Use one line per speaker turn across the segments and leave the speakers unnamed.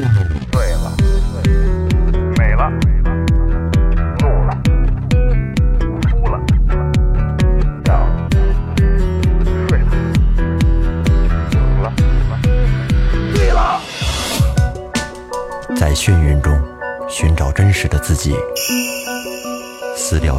了，
美了，怒了，哭了，笑了，睡了，醒了，醉了。
在眩晕中寻找真实的自己，撕掉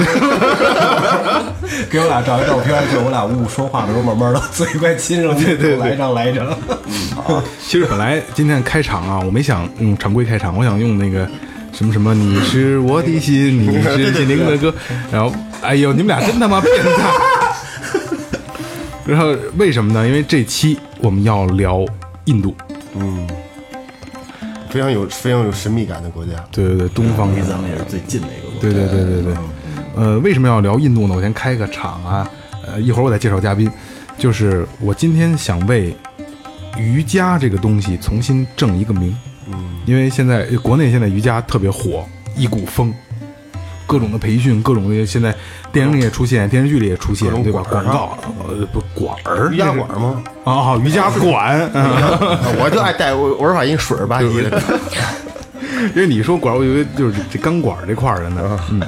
我俩照一照片，就我俩呜呜说话的时候，慢慢的嘴快亲上去，
对
对
对
来一张来一张。
其实本来今天开场啊，我没想用常规开场，我想用那个什么什么，你是我的心，你是心灵的歌。然后，哎呦，你们俩真他妈变态！ 然后为什么呢？因为这期我们要聊印度，
非常有非常有神秘感的国家。
对对对，东方
离咱们也是最近的一个国家。
对对对对对，呃，为什么要聊印度呢？我先开个场啊，呃，一会儿我再介绍嘉宾。就是我今天想为瑜伽这个东西重新正一个名，嗯，因为现在国内现在瑜伽特别火，一股风，各种的培训，各种的现在电影里也出现，电视剧里也出现
各，种
对吧？
管
广
儿啊
告，呃，不管儿，
瑜伽馆 吗？
啊，啊瑜伽馆，嗯
啊我就爱带我我是把一水儿吧唧的。
因为你说管儿，我以为就是这钢管儿这块儿的呢。嗯。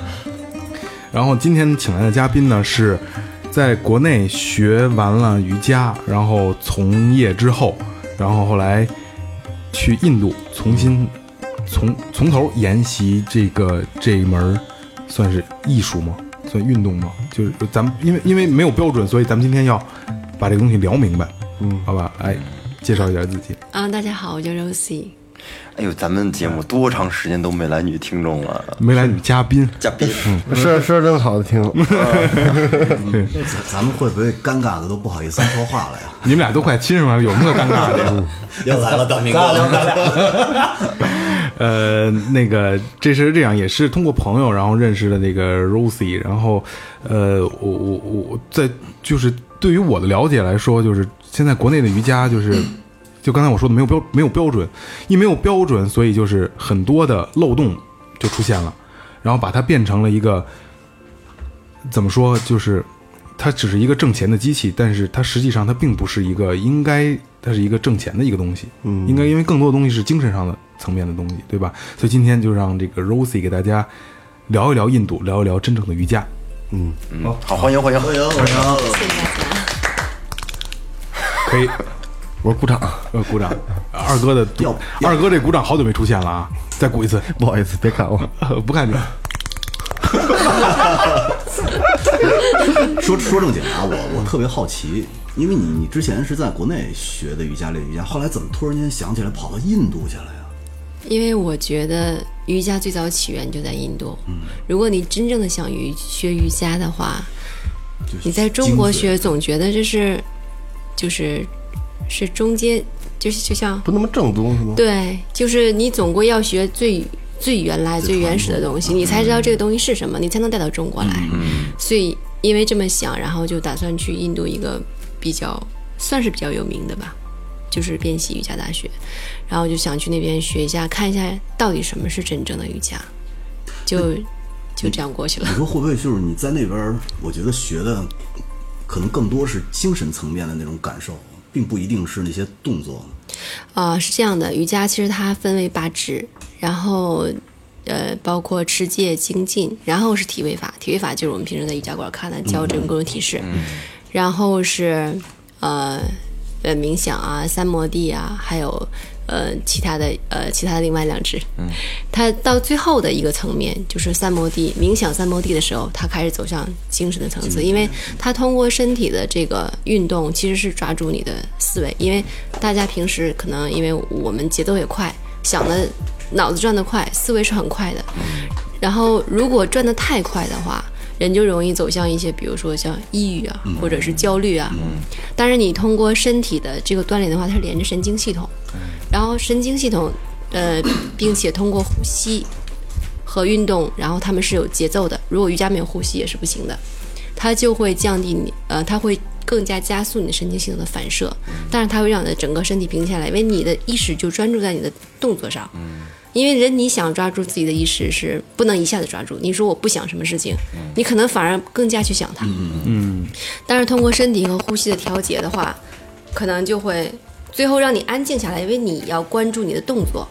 然后今天请来的嘉宾呢，是在国内学完了瑜伽，然后从业之后，然后后来去印度重新从从头研习这个这一门儿算是艺术吗？算运动吗？就是咱们因为因为没有标准，所以咱们今天要把这个东西聊明白。嗯，好吧，来介绍一下自己。
啊，大家好，我叫 Rosie。
哎呦，咱们节目多长时间都没来女听众了，
没来女嘉宾，
嘉宾。
说说真好听，
咱哎咱们会不会尴尬的都不好意思说话了 呀？
你们俩都快亲上来了，有什么可尴尬的？
又来了，大明哥。
呃，那个，这是这样，也是通过朋友然后认识的那个 Rosie，然后，呃，我我我在就是对于我的了解来说，就是现在国内的瑜伽就是，就刚才我说的没有标没有标准，因为没有标准，所以就是很多的漏洞就出现了，然后把它变成了一个怎么说，就是它只是一个挣钱的机器，但是它实际上它并不是一个应该，它是一个挣钱的一个东西。嗯，应该因为更多的东西是精神上的层面的东西，对吧？所以今天就让这个 Rosie 给大家聊一聊印度，聊一聊真正的瑜伽。
嗯， 好，欢迎欢迎。
哎呦，我操！
谢谢大家。
可以，
我鼓掌，啊
呃，鼓掌。二哥的
要，
二哥这鼓掌好久没出现了啊！再鼓一次，
不好意思，别看我，
呃不看你。
说说正经啊，我我特别好奇，因为你你之前是在国内学的瑜伽练瑜伽，后来怎么突然间想起来跑到印度去了呀？
因为我觉得瑜伽最早起源就在印度。
嗯
如果你真正的想瑜学瑜伽的话，
就是
你在中国
精
学总觉得这是就是是中间，就是就像
不那么正宗是吗？
对，就是你总归要学最最原来、最原始的东西，你才知道这个东西是什么，你才能带到中国
嗯
来。所以因为这么想，然后就打算去印度一个比较算是比较有名的吧，就是边西瑜伽大学，然后就想去那边学一下，看一下到底什么是真正的瑜伽，就就这样过去了
你。说会不会就是你在那边儿，我觉得学的可能更多是精神层面的那种感受，并不一定是那些动作。
啊，是这样的，瑜伽其实它分为八支，然后呃，包括持戒、精进，然后是体位法，体位法就是我们平时在瑜伽馆看的教这种各种体式，然后是呃呃冥想啊、三摩地啊，还有呃其他的呃其他的另外两支，嗯，它到最后的一个层面就是三摩地冥想三摩地的时候，它开始走向精神的层次，因为它通过身体的这个运动，其实是抓住你的思维，因为大家平时可能因为我们节奏也快，想的脑子转得快，思维是很快的。然后如果转得太快的话，人就容易走向一些，比如说像抑郁啊，或者是焦虑啊。但是你通过身体的这个锻炼的话，它是连着神经系统，然后神经系统，呃，并且通过呼吸和运动，然后他们是有节奏的。如果瑜伽没有呼吸也是不行的，它就会降低你，呃，它会更加加速你的神经系统的反射，但是它会让你的整个身体平静下来，因为你的意识就专注在你的动作上。因为人你想抓住自己的意识是不能一下子抓住，你说我不想什么事情，你可能反而更加去想它。但是通过身体和呼吸的调节的话，可能就会最后让你安静下来，因为你要关注你的动作，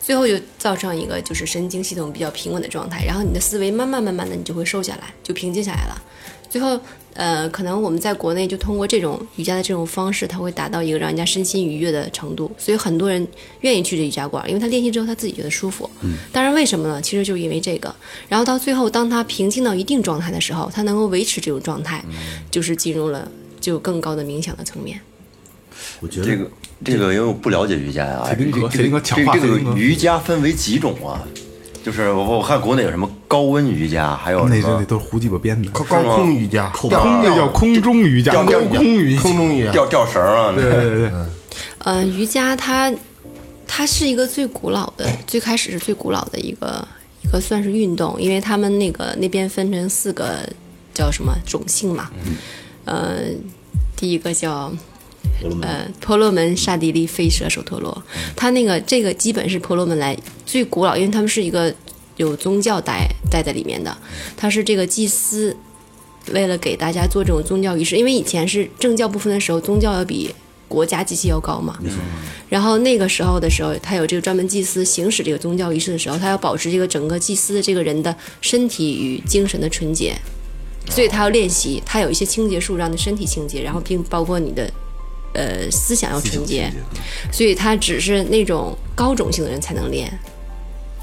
最后就造成一个就是神经系统比较平稳的状态，然后你的思维慢慢慢慢的你就会瘦下来，就平静下来了。最后，呃，可能我们在国内就通过这种瑜伽的这种方式，它会达到一个让人家身心愉悦的程度，所以很多人愿意去这瑜伽馆，因为他练习之后他自己觉得舒服。嗯，当然为什么呢？其实就是因为这个。然后到最后，当他平静到一定状态的时候，他能够维持这种状态，就是进入了就更高的冥想的层面。
我觉得
这个这个，因为我不了解瑜伽呀、啊，
铁丁格
这个
铁丁格
这
强化
个这
铁
个
丁格
瑜伽分为几种啊？就是我我看国内有什么高温瑜伽，还有
那
什
这
么
那都是胡鸡巴编的，
高高啊空瑜伽，空
空这叫空中瑜伽，
叫
高
叫
空瑜伽，
空中瑜伽，
吊吊绳啊？
对对对对，
呃，瑜伽它它是一个最古老的，最开始是最古老的一个一个算是运动，因为他们那个那边分成四个叫什么种姓嘛，呃，第一个叫。呃，婆罗门、嗯刹帝利、吠舍、首陀罗，它那个这个基本是婆罗门来最古老，因为他们是一个有宗教带带在里面的，它是这个祭司为了给大家做这种宗教仪式，因为以前是政教不分的时候，宗教要比国家机器要高嘛。然后那个时候的时候，他有这个专门祭司行使这个宗教仪式的时候，他要保持这个整个祭司的这个人的身体与精神的纯洁，所以他要练习，他有一些清洁术让你身体清洁，然后并包括你的。呃，思想要纯洁，所以他只是那种高种性的人才能练，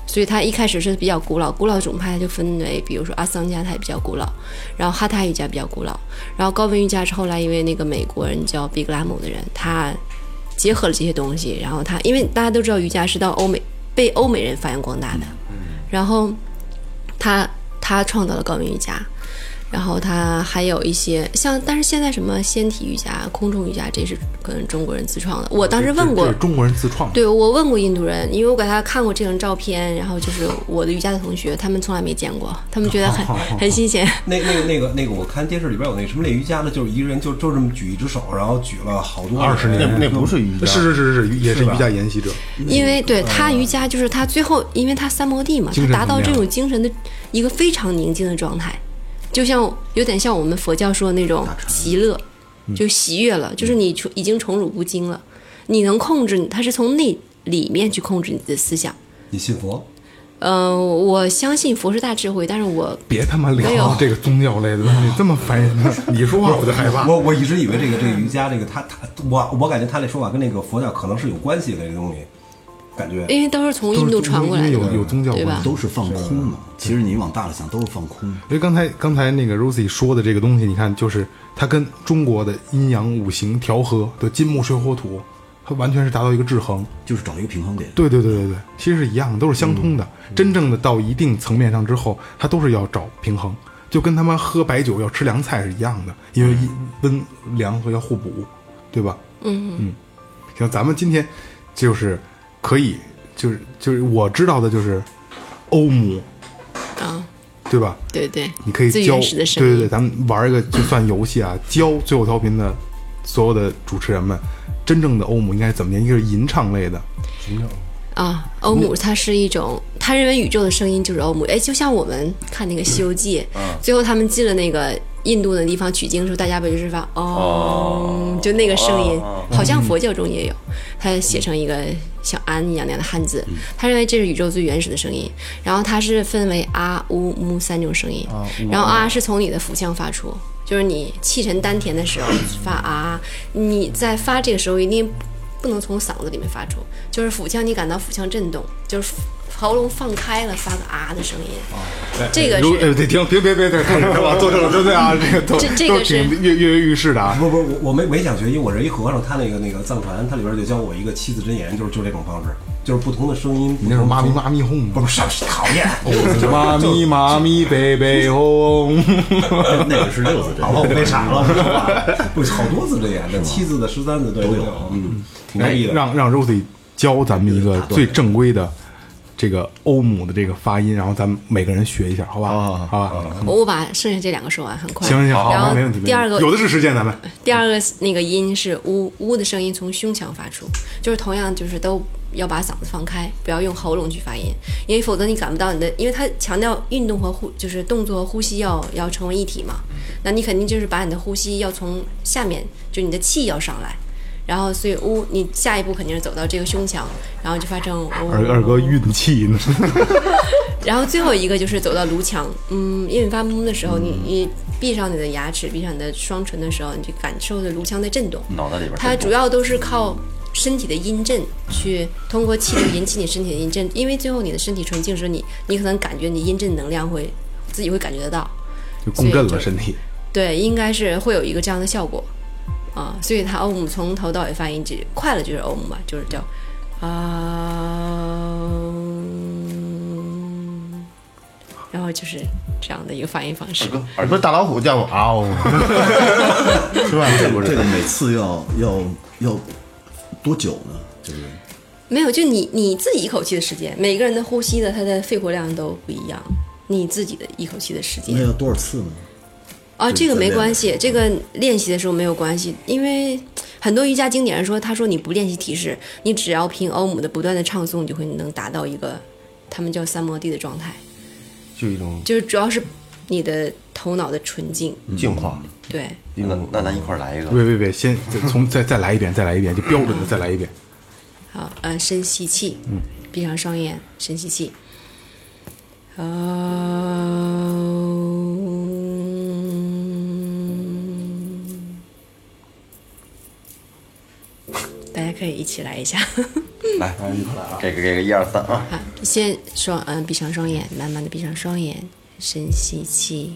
所以它一开始是比较古老，古老种派它就分为，比如说阿桑加它也比较古老，然后哈他瑜伽比较古老，然后高温瑜伽是后来因为那个美国人叫毕格拉姆的人，他结合了这些东西，然后他因为大家都知道瑜伽是到欧美被欧美人发扬光大的，然后他他创造了高温瑜伽，然后他还有一些像，但是现在什么仙体瑜伽、空中瑜伽，这是可能中国人自创的。我当时问过
这是中国人自创的，
对我问过印度人，因为我给他看过这张照片，然后就是我的瑜伽的同学，他们从来没见过，他们觉得很很新鲜。
那那个那个那个，我看电视里边有那个什么练瑜伽的，就是一个人就就这么举一只手，然后举了好多嗯
20
年
年
那那不是瑜伽，
是是是是，也是
是吧
瑜伽研习者，
因为对他瑜伽就是他最后，因为他三摩地嘛，
呃精
他
神
达到
层面
这种精神的一个非常宁静的状态，就像有点像我们佛教说的那种极乐，
嗯
就喜悦了，就是你已经宠辱不惊了，你能控制你，他是从内里面去控制你的思想。
你信佛？
嗯、我相信佛是大智慧，但是我
别他妈
没
聊
有
这个宗教类的东西，这么烦人呢！你说话我就害怕。
我我一直以为这个这个瑜伽这个他他我我感觉他这说法跟那个佛教可能是有关系的这东西，感觉
因为都是从
都是
印度传过来的
因
嘛，
为有有宗教
对吧
关？系
都是放空嘛。其实你往大了想，都是放空。
因为刚才刚才那个 Rosie 说的这个东西，你看，就是它跟中国的阴阳五行调和的金木水火土，它完全是达到一个制衡。
就是找一个平衡点。
对对对对对，其实是一样的，都是相通的。真正的到一定层面上之后，它都是要找平衡，就跟他妈喝白酒要吃凉菜是一样的，因为一温凉和要互补，对吧？
嗯
嗯，行，咱们今天就是可以，就是就是我知道的就是欧姆，
啊，
对吧？
对对，
你可以
最
教，
原始
对
的声音
对对，咱们玩一个就算游戏啊，教最后调频的所有的主持人们，真正的欧姆应该怎么念？一个是吟唱类的，
啊，欧姆它是一种，
嗯
他认为宇宙的声音就是欧姆，哎，就像我们看那个《西游记》最后他们进了那个印度的地方取经的时候，大家不就是发哦，就那个声音，
嗯
好像佛教中也有，他写成一个像安一样那样的汉字，
嗯
他认为这是宇宙最原始的声音，然后它是分为啊、乌、木三种声音，然后啊是从你的腹腔发出，就是你气沉丹田的时候发啊，你在发这个时候一定不能从嗓子里面发出，就是腹腔你感到腹腔震动，就是喉咙放开了发个啊的声音，这个
如
是。
哦哎，对，停，别别别，对，开始吧，坐正了，对对啊，这个都
这这个
都挺
是
跃跃跃欲试的啊。
不不，我我没没想学，因为我是一和尚，他那个那个藏传，他里边就教我一个七字真言，就是就是这种方式，就是不同的声音，
你那是妈咪妈咪哄
不
吗？
是上讨厌，
妈咪妈咪贝贝 哄，
那个是六字真言
好了，我被傻 了，是吧？不，好多字真言的，七字的、十三字的都有，嗯，挺
哎
牛逼的。
让让 Rosie 教咱们一个最正规的这个欧姆的这个发音，然后咱们每个人学一下，好吧？好吧。
我把剩下这两个说完，很快。
行行好，
然
好
后
没问题。没
第二
问
个
题有的是时间，咱们
第二个那个音是呜呜的声音从胸腔发出，就是同样就是都要把嗓子放开，不要用喉咙去发音，因为否则你感不到你的，因为它强调运动和呼就是动作和呼吸要要成为一体嘛，那你肯定就是把你的呼吸要从下面，就你的气要上来，然后所以呜你下一步肯定是走到这个胸腔，然后就发成呜。
二二哥运气 呢，
然后最后一个就是走到颅腔，嗯，因为你发嗡的时候，你你闭上你的牙齿，闭上你的双唇的时候，你就感受着颅腔的震动。
脑袋里边
它主要都是靠身体的音震去通过气流引起你身体的音震，因为最后你的身体纯净时，你你可能感觉你音震能量会自己会感觉得到，
就共振了身体。
对，应该是会有一个这样的效果啊。所以它欧姆从头到尾发音只快了就是欧姆吧，就是叫啊，然后就是这样的一个发音方式。
不是大老虎叫我啊嗷、是吧？
这个这个每次要要要多久呢？就是
没有，就你你自己一口气的时间，每个人的呼吸的他的肺活量都不一样，你自己的一口气的时
那
间
要多少次呢？
啊，
对
这个
咱
没
练
关系，这个练习的时候没有关系，因为很多瑜伽经典上说，他说你不练习体式，你只要凭欧姆的不断的唱诵，你就会能达到一个他们叫三摩地的状态，
就一种
就是主要是你的头脑的纯净，
净化。
对，
那那咱一块儿来一个，
别别别，先再从再再来一遍，再来一遍，就标准的再来一遍。
好，呃，深吸气，闭上双眼，深吸气。哦，大家可以一起来一下。
来，给个给个一二三啊，
好，先双嗯、闭上双眼，慢慢的闭上双眼，深吸气。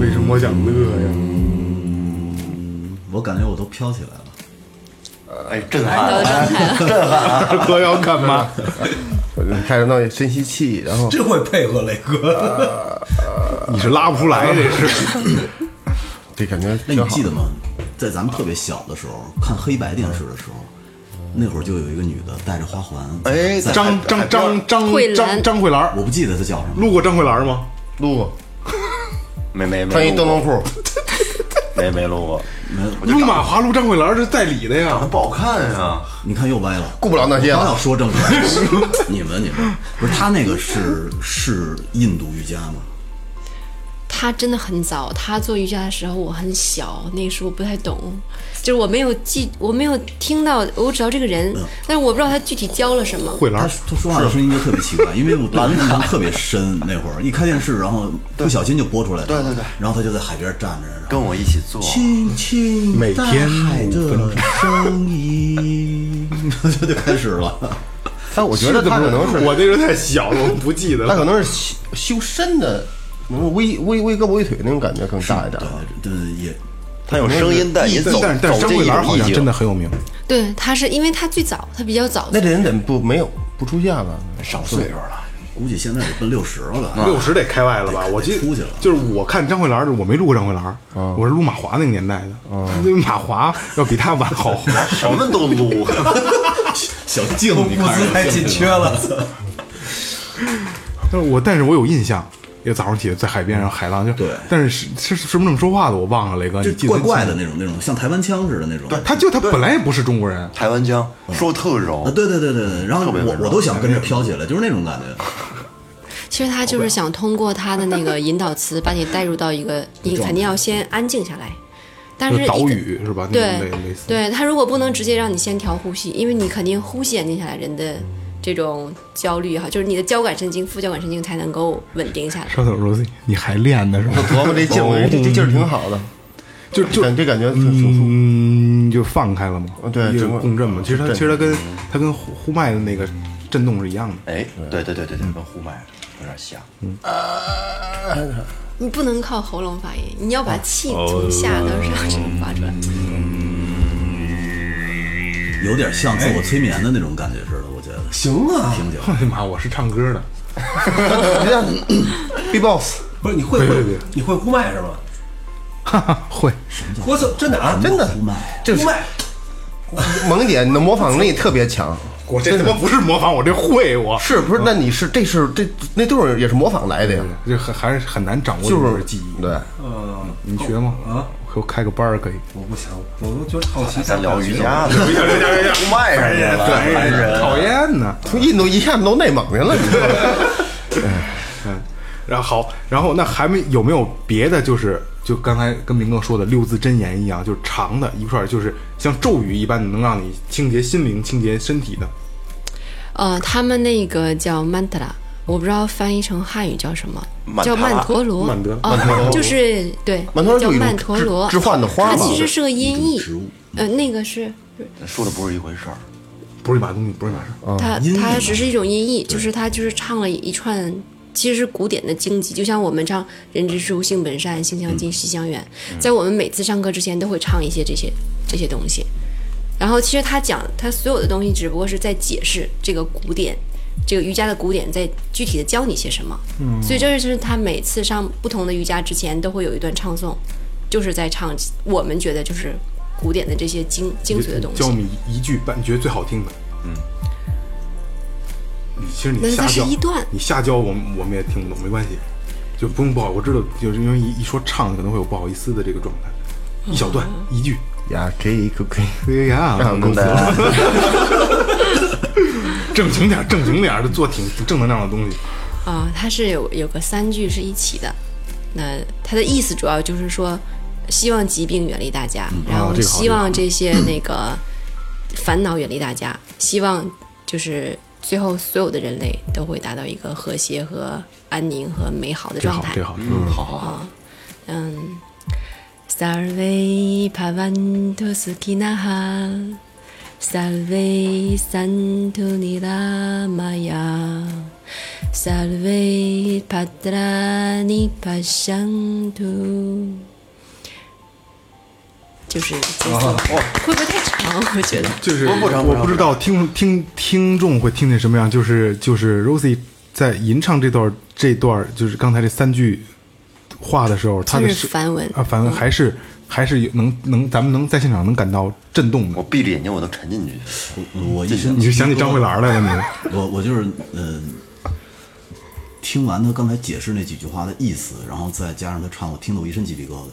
为什么我想乐呀？
我感觉我都飘起来了。
哎，震撼
到
啊！
状态了，
二哥要干嘛？
开始弄深吸气，然后
真会配合雷哥，
你是拉不出来，这是。
这感觉
那你
挺好
记。得吗？在咱们特别小的时候，看黑白电视的时候，那会儿就有一个女的带着花环，
哎
在
张张张张
慧
张
兰
张慧兰儿，
我不记得她叫什么，
路过张慧兰儿吗？
录过，
没没没
穿一
录
灯笼
过，
裤，
没没录过，
路马华路张慧兰儿是在理的
啊
呀。
不好看呀，
你看又歪了。
顾不了那些
刚要
了。
说正事儿， 你们你们不是他那个是是印度瑜伽吗？
他真的很早，他做瑜伽的时候我很小，那个时候我不太懂，就是我没有记，我没有听到，我只知道这个人，
嗯
但是我不知道他具体教了什么。
慧兰
他
儿，
他说话的声音就特别奇怪，因为我对我印象特别深。那会儿一开电视，然后不小心就播出来了。对对对。然后他就在海边站着，然后
跟我一起做，
轻轻
每
大
天
海
五
的声音， 就就开始了。
但我觉得他可能是
我那时候太小了，我不记得
他可
了。
能是修修身的，那种微微微胳膊微腿那种感觉更大一点。
对，也
它有声音带引
但
走，
但但
走
是张
这
慧
一
兰儿
种
好
意
像
境，
真的很有名。
对，他是因为他最早，他比较早
那，这人怎么不没有不出现了？少岁数了，
估计现在得奔六十了吧。
六十得开外了吧？我记
出去了
就是我看张慧兰儿，我没录过张慧兰儿，我是录马华那个年代的，因为马华要比他晚好
什么都录，
小静，你
物
看
资
着
太紧缺了。
但是我但是我有印象，也早上起来在海边上海浪就
对
但是是是是不是这么说话的？我忘了，雷哥，
就
你记得
怪怪
清
的那种，那种像台湾腔似的那种。
楚，他就他本来也不是中国人，
台湾腔说特柔
啊，，对对对对对，然后
特别
我
温柔
我都想跟着飘起来，就是那种感觉。
实他就是想通过他的那个引导词把你带入到 一个，你肯定要先安静下来。但
就是岛
一个
屿是吧？那种
对
嗯类类似，
对，他如果不能直接让你先调呼吸，因为你肯定呼吸安静下来，人的这种焦虑哈，就是你的交感神经、副交感神经才能够稳定下来。
稍等，Rosie，你还练呢是吧？哦
琢磨 这劲儿，
哦
我觉得这这劲儿挺好的，
就就
感这感觉挺挺舒服。
嗯，就放开了嘛
啊，对
一个
整个
共振嘛。其实它
震
其实它跟它跟呼呼麦的那个震动是一样的。
哎，对对对对对，跟呼麦有点像。
你不能靠喉咙发音，你
哦
要把气从下到上这样发出来。
有点像自我催眠的那种感觉似的，我觉得。
行啊，
挺久
我的妈！我是唱歌的，
B box
不是你会会你会呼麦是吗？
哈哈， 会。
我操，真的啊，真的
呼麦，
呼麦，
萌姐，你的模仿力特别强，
我这他妈不是模仿，我这会我。
是不是？那你是这是这那都是也是模仿来的呀，
这很还是很难掌握这
就
种
是
记忆。
对，
嗯，
你学吗？
啊，
给我开个班儿可以。
我不行，我都觉得好奇，
咱聊瑜伽呢，呼麦上去了，
哎呀，讨厌呢。
从印度一下子都内蒙去了，你知道吗
然后好，然后那还没有没有别的？就是就刚才跟明哥说的六字真言一样，就是长的一串，就是像咒语一般，能让你清洁心灵、清洁身体的。
呃，他们那个叫 mantra，我不知道翻译成汉语叫什么，
曼
叫
陀拉
曼陀罗，
曼德
哦，就是对，
曼陀罗
叫
有一种
曼陀罗
置置换的花
它
嘛
其实是个音译，呃，那个是
说的不是一回事儿。
不是一码东西，不是一码事儿。
它
音译
它
嘛
只是一种音译，就是它就是唱了一串，其实是古典的经籍，就像我们唱“人之初，性本善，性相近，习相远”，在我们每次上课之前都会唱一些这些这些东西。然后其实他讲他所有的东西，只不过是在解释这个古典，这个瑜伽的古典在具体的教你些什么。嗯，所以这就是他每次上不同的瑜伽之前都会有一段唱诵，就是在唱我们觉得就是古典的这些精精髓的东
教
西。
你一句半觉得最好听的。嗯，其实你
那
瞎
它是
教
一段
你瞎教我们我们也听不懂，没关系，就不用不好。我知道，就是因为一一说唱可能会有不好意思的这个状态，一小
哦
段一句。
呀，这个可以。
对哎呀，
弄的，
正经点儿，正经点儿，做挺挺正能量的东西。
啊、它是有有个三句是一起的，那它的意思主要就是说，希望疾病远离大家，然后
嗯哦这个好
希望这些那个烦恼远离大家，希望就是最后所有的人类都会达到一个和谐和安宁和美好的
这
状
好
态，。
这好，
好好
嗯
嗯
好，
，Salve Pavantu Sukinaha。Salve Santu Niramaya Salve Padrani Pashantu 就是这四
啊
个会不会太长？我觉得
就是我不知道听听听众会听见什么样，就是就是 Rosie 在吟唱这段这段就是刚才这三句话的时候，他的
就是梵文嗯
啊，梵文还是还是有能能咱们能在现场能感到震动
我
的。
闭着眼睛我都沉进去。
我一身
你是想起张慧兰来了你？
我我就是嗯、听完他刚才解释那几句话的意思，然后再加上他唱，我听得我一身鸡皮疙瘩，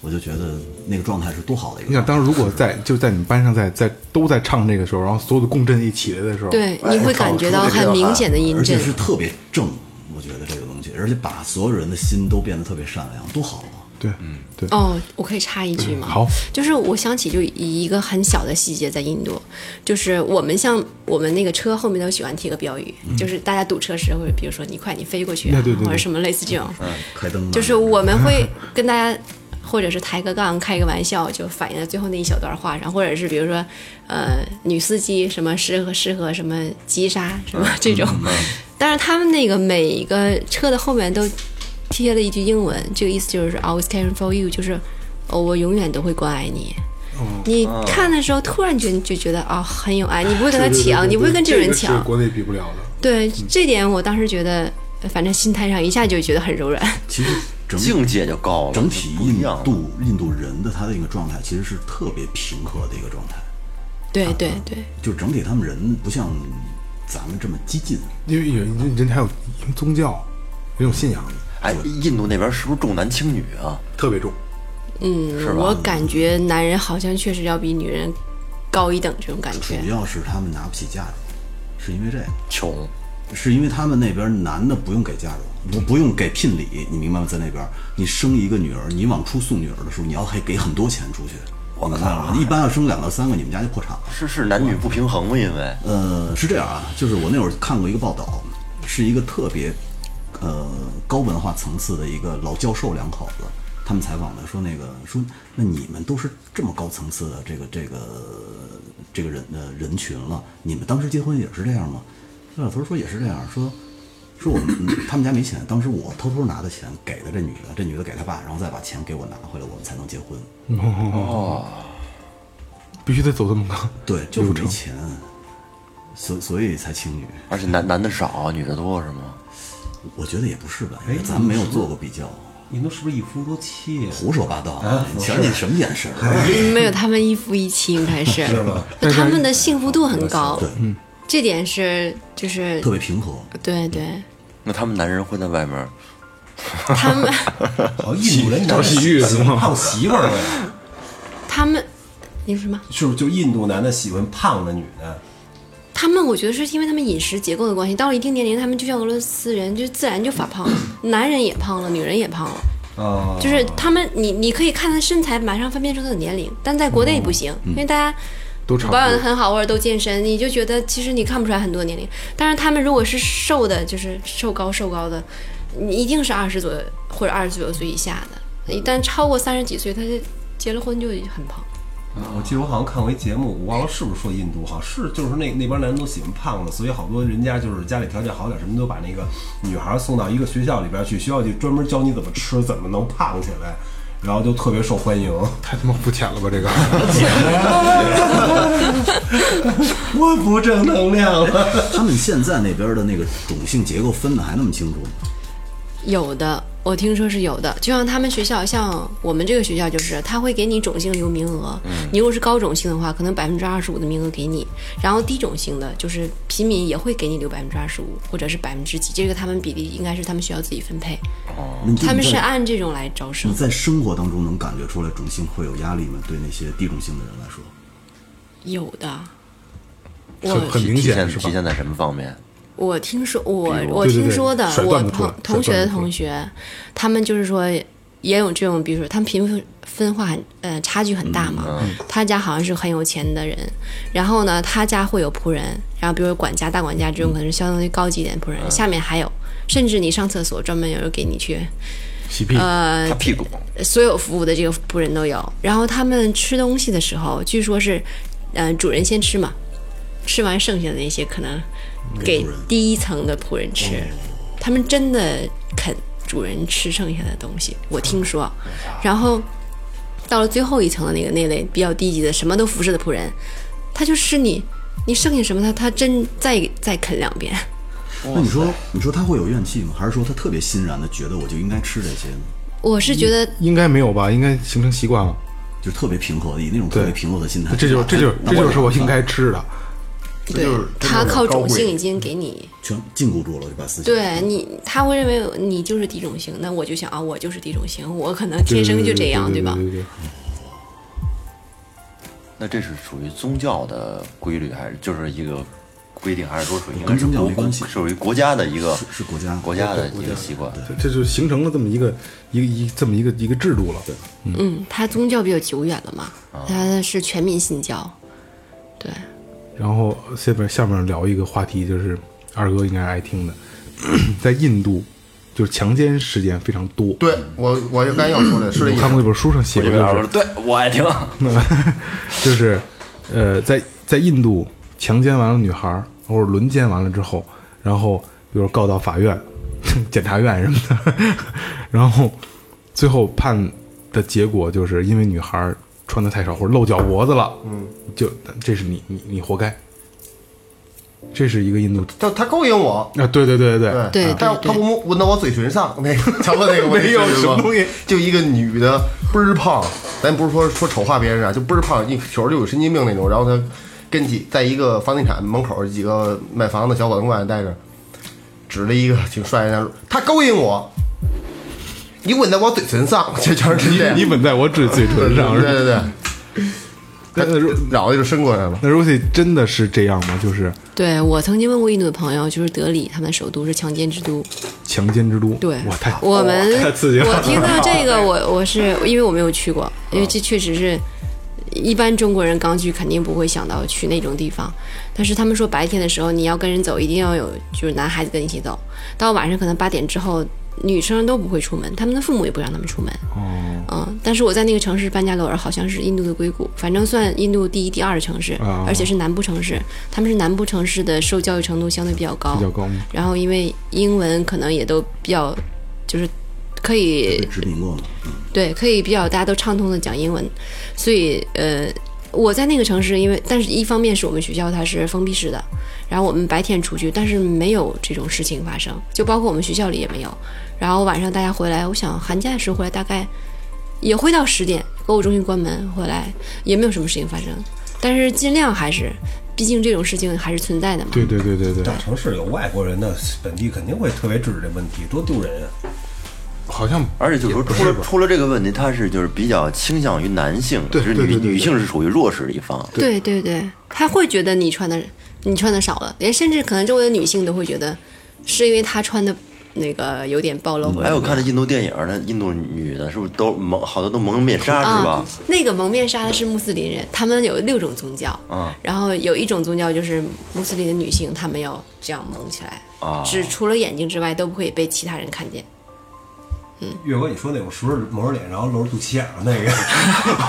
我就觉得那个状态是多好的一
你
个
想，当时如果在就在你们班上在在都在唱这个时候，然后所有的共振一起来的时候，
对，你会感觉到很明显的音
哦而且
震。
是特别正，我觉得这个东西，而且把所有人的心都变得特别善良，多好啊！
对，对，嗯
哦，我可以插一句吗？
好，
就是我想起就一个很小的细节，在印度，就是我们像我们那个车后面都喜欢贴个标语，就是大家堵车时或者比如说你快你飞过去、啊，
嗯对对对嗯
或者什么类似这种，
开灯啊吧
就是我们会跟大家。或者是抬个杠、开个玩笑，就反映了最后那一小段话，然后或者是比如说，呃，女司机什么适合适合什么急刹什么这种， 但是他们那个每一个车的后面都贴了一句英文，这个意思就是 always caring for you，就是、哦、我永远都会关爱你。
哦
你
啊
看的时候，突然觉就觉得啊、很有爱，你不会跟他抢，你不会跟这
这
个人
个是
抢。
国内比不了的。
对这点，我当时觉得，反正心态上一下就觉得很柔软。
其实整
境界就高了，
整体
不一
印
样了。
度印度人的他的一个状态，其实是特别平和的一个状态，
对
啊
对对，
就整体他们人不像咱们这么激进。
因为有人人还有宗教，有一种信仰
哎，印度那边是不是重男轻女啊？
特别重。
是吧
我感觉男人好像确实要比女人高一等这种感
主
觉。
要是他们拿不起价值，是因为这个。
穷，
是因为他们那边男的不用给嫁妆，不不用给聘礼，你明白吗？在那边，你生一个女儿，你往出送女儿的时候，你要还给很多钱出去。我操！一般要生两到三个，你们家就破产了。
是是男女不平衡吗？因为
呃，是这样啊，就是我那会儿看过一个报道，是一个特别呃高文化层次的一个老教授两口子，他们采访的说那个说那你们都是这么高层次的这个这个这个人呃人群了，你们当时结婚也是这样吗？那老头儿说也是这样，说说我们嗯他们家没钱，当时我偷偷拿的钱给的这女的，这女的给他爸，然后再把钱给我拿回来，我们才能结婚。
必须得走这么高。
对，就是没钱，所所以才轻女。
而且男男的少，女的多是吗？
我觉得也不是吧，
哎
因为咱们没有做过比较，
你们都是不是一夫多妻呀？
胡说八道。瞧你什么眼神儿？啊
没有他们一夫一妻，应该是，就他们的幸福度很高，这点是就是
特别平和。
对对，
那他们男人会在外面，
他们
好像哦印度人
找洗浴是吗
胖媳妇儿呗，
他们你说什么？
是不是就印度男的喜欢胖的女的？
他们我觉得是因为他们饮食结构的关系，到了一定年龄，他们就像俄罗斯人，就自然就发胖了，男人也胖了，女人也胖了。
啊，
就是他们，你你可以看他身材，马上分辨出他的年龄，但在国内不行，因为大家
嗯都差不
保
多
养的很好，或者都健身，你就觉得其实你看不出来很多年龄。但是他们如果是瘦的，就是瘦高瘦高的，你一定是二十左右或者二十九岁以下的，一旦超过三十几岁，他就结了婚就很胖。
我记得我好像看过一节目，我忘了是不是说印度，好像是就是那那帮男人都喜欢胖的，所以好多人家就是家里条件好点，什么都把那个女孩送到一个学校里边去，学校就专门教你怎么吃，怎么能胖起来，然后就特别受欢迎。
太他妈肤浅了吧！这 个
我不正能量了，
他们现在那边的那个种姓结构分的还那么清楚吗？
有的，我听说是有的。就像他们学校，像我们这个学校，就是他会给你种姓留名额。
嗯
你如果是高种姓的话，可能百分之二十五的名额给你，然后低种姓的，就是平民也会给你留百分之二十五，或者是百分之几。这个他们比例应该是他们学校自己分配，
那你
他们
你
是
在
按这种来招生
你。在生活当中能感觉出来种姓会有压力吗？对那些低种姓的人来说，
有的，
很
我
很明
体
显
现
是吧
体？现在什么方面？
我听说，我
比如
我
对对
听
对
说的，
甩
我
断不出来甩断不
同同学的
出来
同学，他们就是说也有这种，比如说他们贫富分化很呃差距很大嘛、
嗯
他家好像是很有钱的人，然后呢，他家会有仆人，然后比如说管家、大管家这种可能是相当于高级一点的仆
嗯
人、下面还有，甚至你上厕所专门有人给你去呃
洗屁
他屁股
所有服务的这个仆人都有。然后他们吃东西的时候，据说是，呃，主人先吃嘛，吃完剩下的那些可能给第一层的仆人吃。
嗯
他们真的啃主人吃剩下的东西，
嗯
我听说。然后到了最后一层的那个那类比较低级的，什么都服侍的仆人，他就吃你，你剩下什么他他真再再啃两遍。
那你说你说他会有怨气吗？还是说他特别欣然的觉得我就应该吃这些呢？
我是觉得
应该没有吧？应该形成习惯了。
就是特别平和的，以那种特别平和的心态。
这就是这就是
那
这就是
把
我应该吃的。
对
就是
他
这就是
靠
高
种
贵
姓已经给
嗯
你。
全禁锢住了，就把思想。
对你，他会认为你就是地种型，那我就想啊，我就是地种型，我可能天生就这样，
对
吧？
对对，
那这是属于宗教的规律，还是就是一个规定，还是说属于应该
跟
是
宗教
国
没关系
属于国家的一个
是是国家
国家的一个习惯。
对这就形成了这么一个一个一这么一个一个制度了。
嗯，他宗教比较久远了嘛，他是全民信教，对，
然后下边下面聊一个话题，就是二哥应该爱听的， 在印度就是强奸事件非常多。
对我，我就刚要说的是这
我
意
看过
思。
那本书上写
我
过，就
就跟他
是
说，对我爱听。
就是，呃，在在印度强奸完了女孩儿，或者轮奸完了之后，然后比如告到法院、 检察院什么的，然后最后判的结果就是因为女孩儿穿的太少或者露脚脖子了，嗯，就这是你你你活该。这是一个印度
他他勾引我，
啊，对对对对对，
对
对，但
对
他
对
不闻到我嘴唇上那个，瞧过那个
没有什么东西，
就一个女的倍儿胖，咱不是说说丑化别人啊，就倍儿胖，一瞅着就有神经病那种。然后她跟几在一个房地产门口几个卖房的小伙子过来待着，指了一个挺帅的，他勾引我，你吻在我嘴唇上，这全是这样
你吻在我嘴嘴唇上
对
是吧
对对，他脑袋就伸过来了。
那 Rosie 真的是这样吗？就是
对我曾经问过印度的朋友，就是德里，他们的首都是强奸之都。
强奸之都，
对
哇，太，
我们
太刺激了
我听到 这个，我我是因为我没有去过，因为这确实是一般中国人刚去肯定不会想到去那种地方。但是他们说白天的时候你要跟人走，一定要有就是男孩子跟你一起走，到晚上可能八点之后，女生都不会出门，他们的父母也不让他们出门。
哦
嗯，但是我在那个城市班加罗尔，好像是印度的硅谷，反正算印度第一、第二城市，
啊
而且是南部城市。他们是南部城市的受教育程度相对比较高，
比较高吗
然后因为英文可能也都比较，就是可以
被殖民过嘛，
对，可以比较大家都畅通的讲英文，所以呃，我在那个城市，因为但是一方面是我们学校它是封闭式的，然后我们白天出去，但是没有这种事情发生，就包括我们学校里也没有。然后晚上大家回来，我想寒假的时候回来大概也会到十点，购物中心关门回来也没有什么事情发生，但是尽量还是，毕竟这种事情还是存在的嘛。
对对对对对，
大城市有外国人，那本地肯定会特别治这问题，多丢人啊！
好像
而且就是说出了出了这个问题，他是就是比较倾向于男性，
对
就是
对对
女
对对
女性是属于弱势的一方。
对对对，他会觉得你穿的你穿的少了，连甚至可能周围的女性都会觉得，是因为他穿的那个有点暴露或者
还
怎
有
么样。
看那印度电影，那印度女的是不是都蒙好多都蒙面纱是吧
啊？，那个蒙面纱的是穆斯林人，他们有六种宗教，
啊
然后有一种宗教就是穆斯林的女性，她们要这样蒙起来，
啊
只除了眼睛之外都不可以被其他人看 见。
岳哥，你说那种是不是蒙着脸，然后露着肚脐眼儿那个？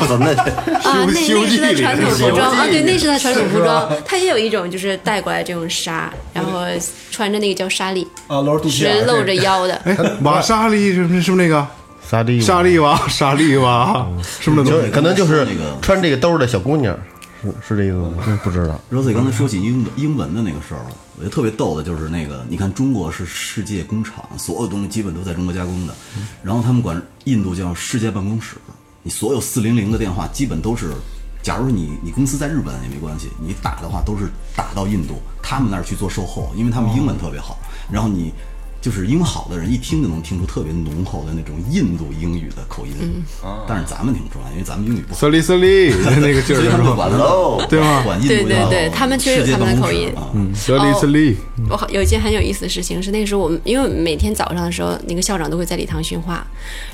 我操，那得
啊，那那是他传统服装啊，对，那是他传统服装
是，
他也有一种就是带过来这种纱，然后穿着那个叫纱丽，
啊，露着肚脐眼
是
儿，
露着腰的。
哎，玛莎莉是不是是不是那个
沙地，
莎莉 娃？嗯莎莉娃是不是那
就
东
是
西？
可能就是
那个
穿这个兜儿的小姑娘，是是这意思吗？不知道。
Rosie 刚才说起英文英文的那个事儿了，我觉得特别逗的就是那个，你看中国是世界工厂，所有东西基本都在中国加工的，然后他们管印度叫世界办公室，你所有四零零的电话基本都是，假如你你公司在日本也没关系，你打的话都是打到印度，他们那儿去做售后，因为他们英文特别好，然后你。就是英文好的人一听就能听出特别浓厚的那种印度英语的口音，但是咱们挺专业，因为咱们英语不好。
莎莉莎 莉那个劲儿
所以他
是
们就
吧？
管喽，
对吗嗯
管印度
对对
叫
对他们确实有
世界
他们
办
的
公
口
室
音
啊
莎莉莎莉，
我好有一件很有意思的事情是，那个时候我们因为每天早上的时候，那个校长都会在礼堂训话，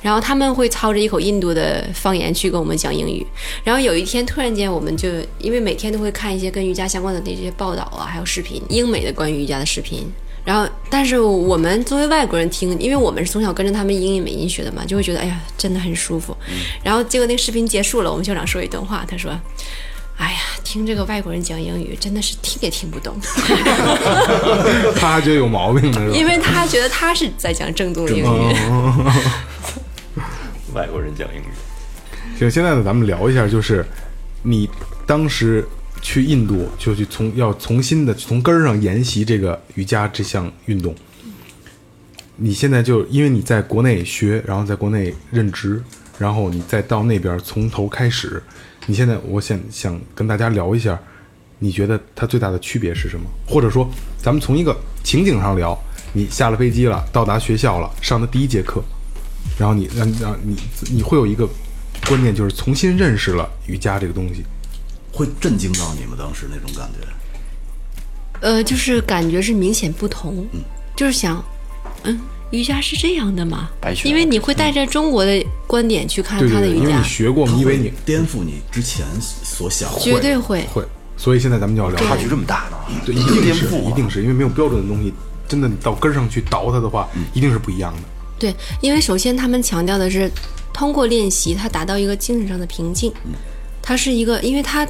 然后他们会操着一口印度的方言去跟我们讲英语。然后有一天突然间，我们就因为每天都会看一些跟瑜伽相关的那些报道啊，还有视频，英美的关于瑜伽的视频。然后，但是我们作为外国人听，因为我们是从小跟着他们英语美音学的嘛，就会觉得哎呀，真的很舒服。然后结果那个视频结束了，我们校长说一段话，他说。哎呀，听这个外国人讲英语真的是听也听不懂，
他就有毛病了是
因
吧？
为他觉得他是在讲正宗的英语。
外国人讲英语，
行，现在呢，咱们聊一下，就是你当时去印度，就去从要重新的从根儿上研习这个瑜伽这项运动。你现在就因为你在国内学，然后在国内任职，然后你再到那边从头开始。你现在，我想想跟大家聊一下，你觉得它最大的区别是什么？或者说，咱们从一个情景上聊，你下了飞机了，到达学校了，上的第一节课，然后你让让你你会有一个观念，就是重新认识了瑜伽这个东西。
会震惊到你们当时那种感觉。
呃，就是感觉是明显不同，就是想，嗯，瑜伽是这样的吗
白？学
因为你会带着中国的观点去看
对对
他的
对，
瑜
因为
伽
你，学过，你以为你
颠覆你之前所想的，
绝对会。
会，所以现在咱们就要聊
差距这么大呢？
对，一定
颠
是
覆
一
啊
定是因为没有标准的东西，真的你到根儿上去倒它的话，一定是不一样的。
对，因为首先他们强调的是，通过练习，它达到一个精神上的平静。它是一个，因为它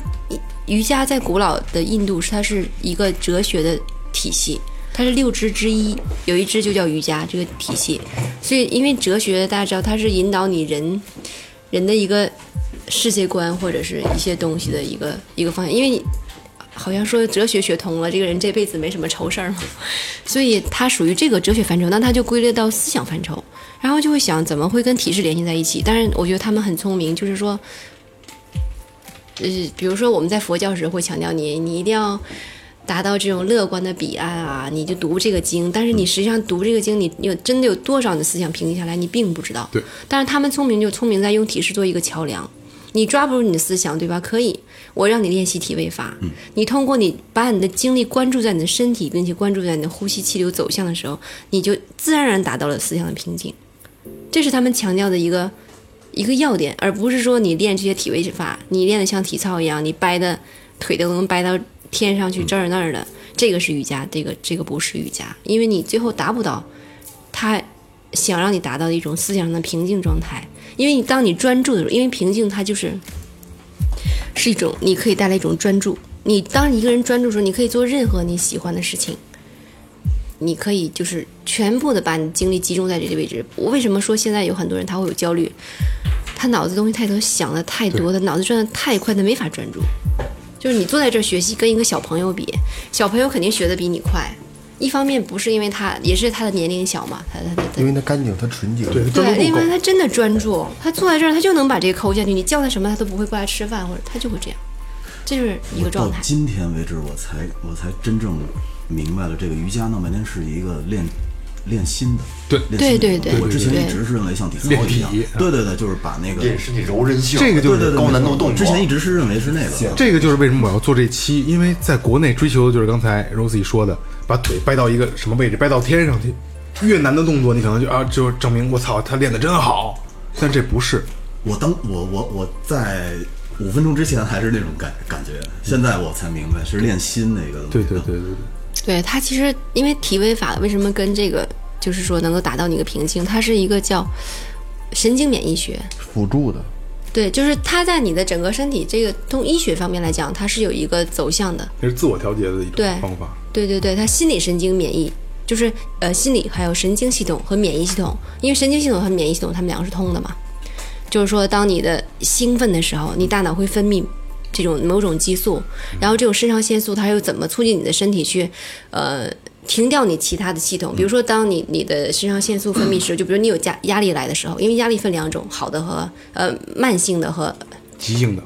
瑜伽在古老的印度是它是一个哲学的体系，它是六支之一，有一支就叫瑜伽这个体系。所以，因为哲学大家知道，它是引导你人人的一个世界观或者是一些东西的一个一个方向，因为你。好像说哲学学通了，这个人这辈子没什么愁事儿嘛， 所以它属于这个哲学范畴，那它就归类到思想范畴，然后就会想怎么会跟体式联系在一起。但是我觉得他们很聪明，就是说，呃，比如说我们在佛教时会强调你，你一定要达到这种乐观的彼岸啊，你就读这个经，但是你实际上读这个经，你有真的有多少你的思想平静下来，你并不知道。
对，
但是他们聪明就聪明在用体式做一个桥梁。你抓不住你的思想，对吧？可以，我让你练习体位法。你通过你把你的精力关注在你的身体，并且关注在你的呼吸气流走向的时候，你就自然而然达到了思想的平静。这是他们强调的一个一个要点，而不是说你练这些体位法，你练的像体操一样，你掰的腿都能掰到天上去这儿那儿的，这个是瑜伽，这个这个不是瑜伽，因为你最后达不到他想让你达到的一种思想上的平静状态。因为你当你专注的时候，因为平静它就是是一种你可以带来一种专注。你当一个人专注的时候，你可以做任何你喜欢的事情，你可以就是全部的把你精力集中在这个位置。我为什么说现在有很多人他会有焦虑？他脑子东西太多，想的太多，他脑子转的太快，他没法专注。就是你坐在这儿学习，跟一个小朋友比，小朋友肯定学的比你快。一方面不是因为他，也是他的年龄小嘛，他他他他
因为它干净，它纯净。
对，专
对，
注
另
不够
外。他真的专注，他坐在这儿，他就能把这个抠下去。你叫他什么，他都不会过来吃饭，或者他就会这样，这就是一个
我
状
到
态。
今天为止，我才我才真正明白了，这个瑜伽弄半天是一个练练心的，
对
练
对
心
对
的啊
对
我之前
对
一直是认为像体操
练
一样
体，
对对对，就是把那个
练身体柔韧性，
这个就
对
是
对对
高难度
没错
动作
之前一直是认为是那个，啊
这个就是为什么我要做这期，因为在国内追求的就是刚才 Rosie 说的，把腿掰到一个什么位置，掰到天上去。越难的动作，你可能就啊，就证明我操，他练的真好。但这不是，
我当我我我在五分钟之前还是那种感感觉，现在我才明白是练心那个东西。
对对对对对，
对他其实因为体位法为什么跟这个就是说能够达到你一个平静，它是一个叫神经免疫学，
辅助的，
对，就是它在你的整个身体这个从医学方面来讲，它是有一个走向的。
那是自我调节的一
对
种方法。
对对对，它心理神经免疫就是呃心理还有神经系统和免疫系统，因为神经系统和免疫系统它们两个是通的嘛。就是说，当你的兴奋的时候，你大脑会分泌这种某种激素，然后这种肾上腺素它又怎么促进你的身体去呃停掉你其他的系统？比如说，当你你的肾上腺素分泌时，就比如你有压压力来的时候，因为压力分两种，好的和呃慢性的和
急性的，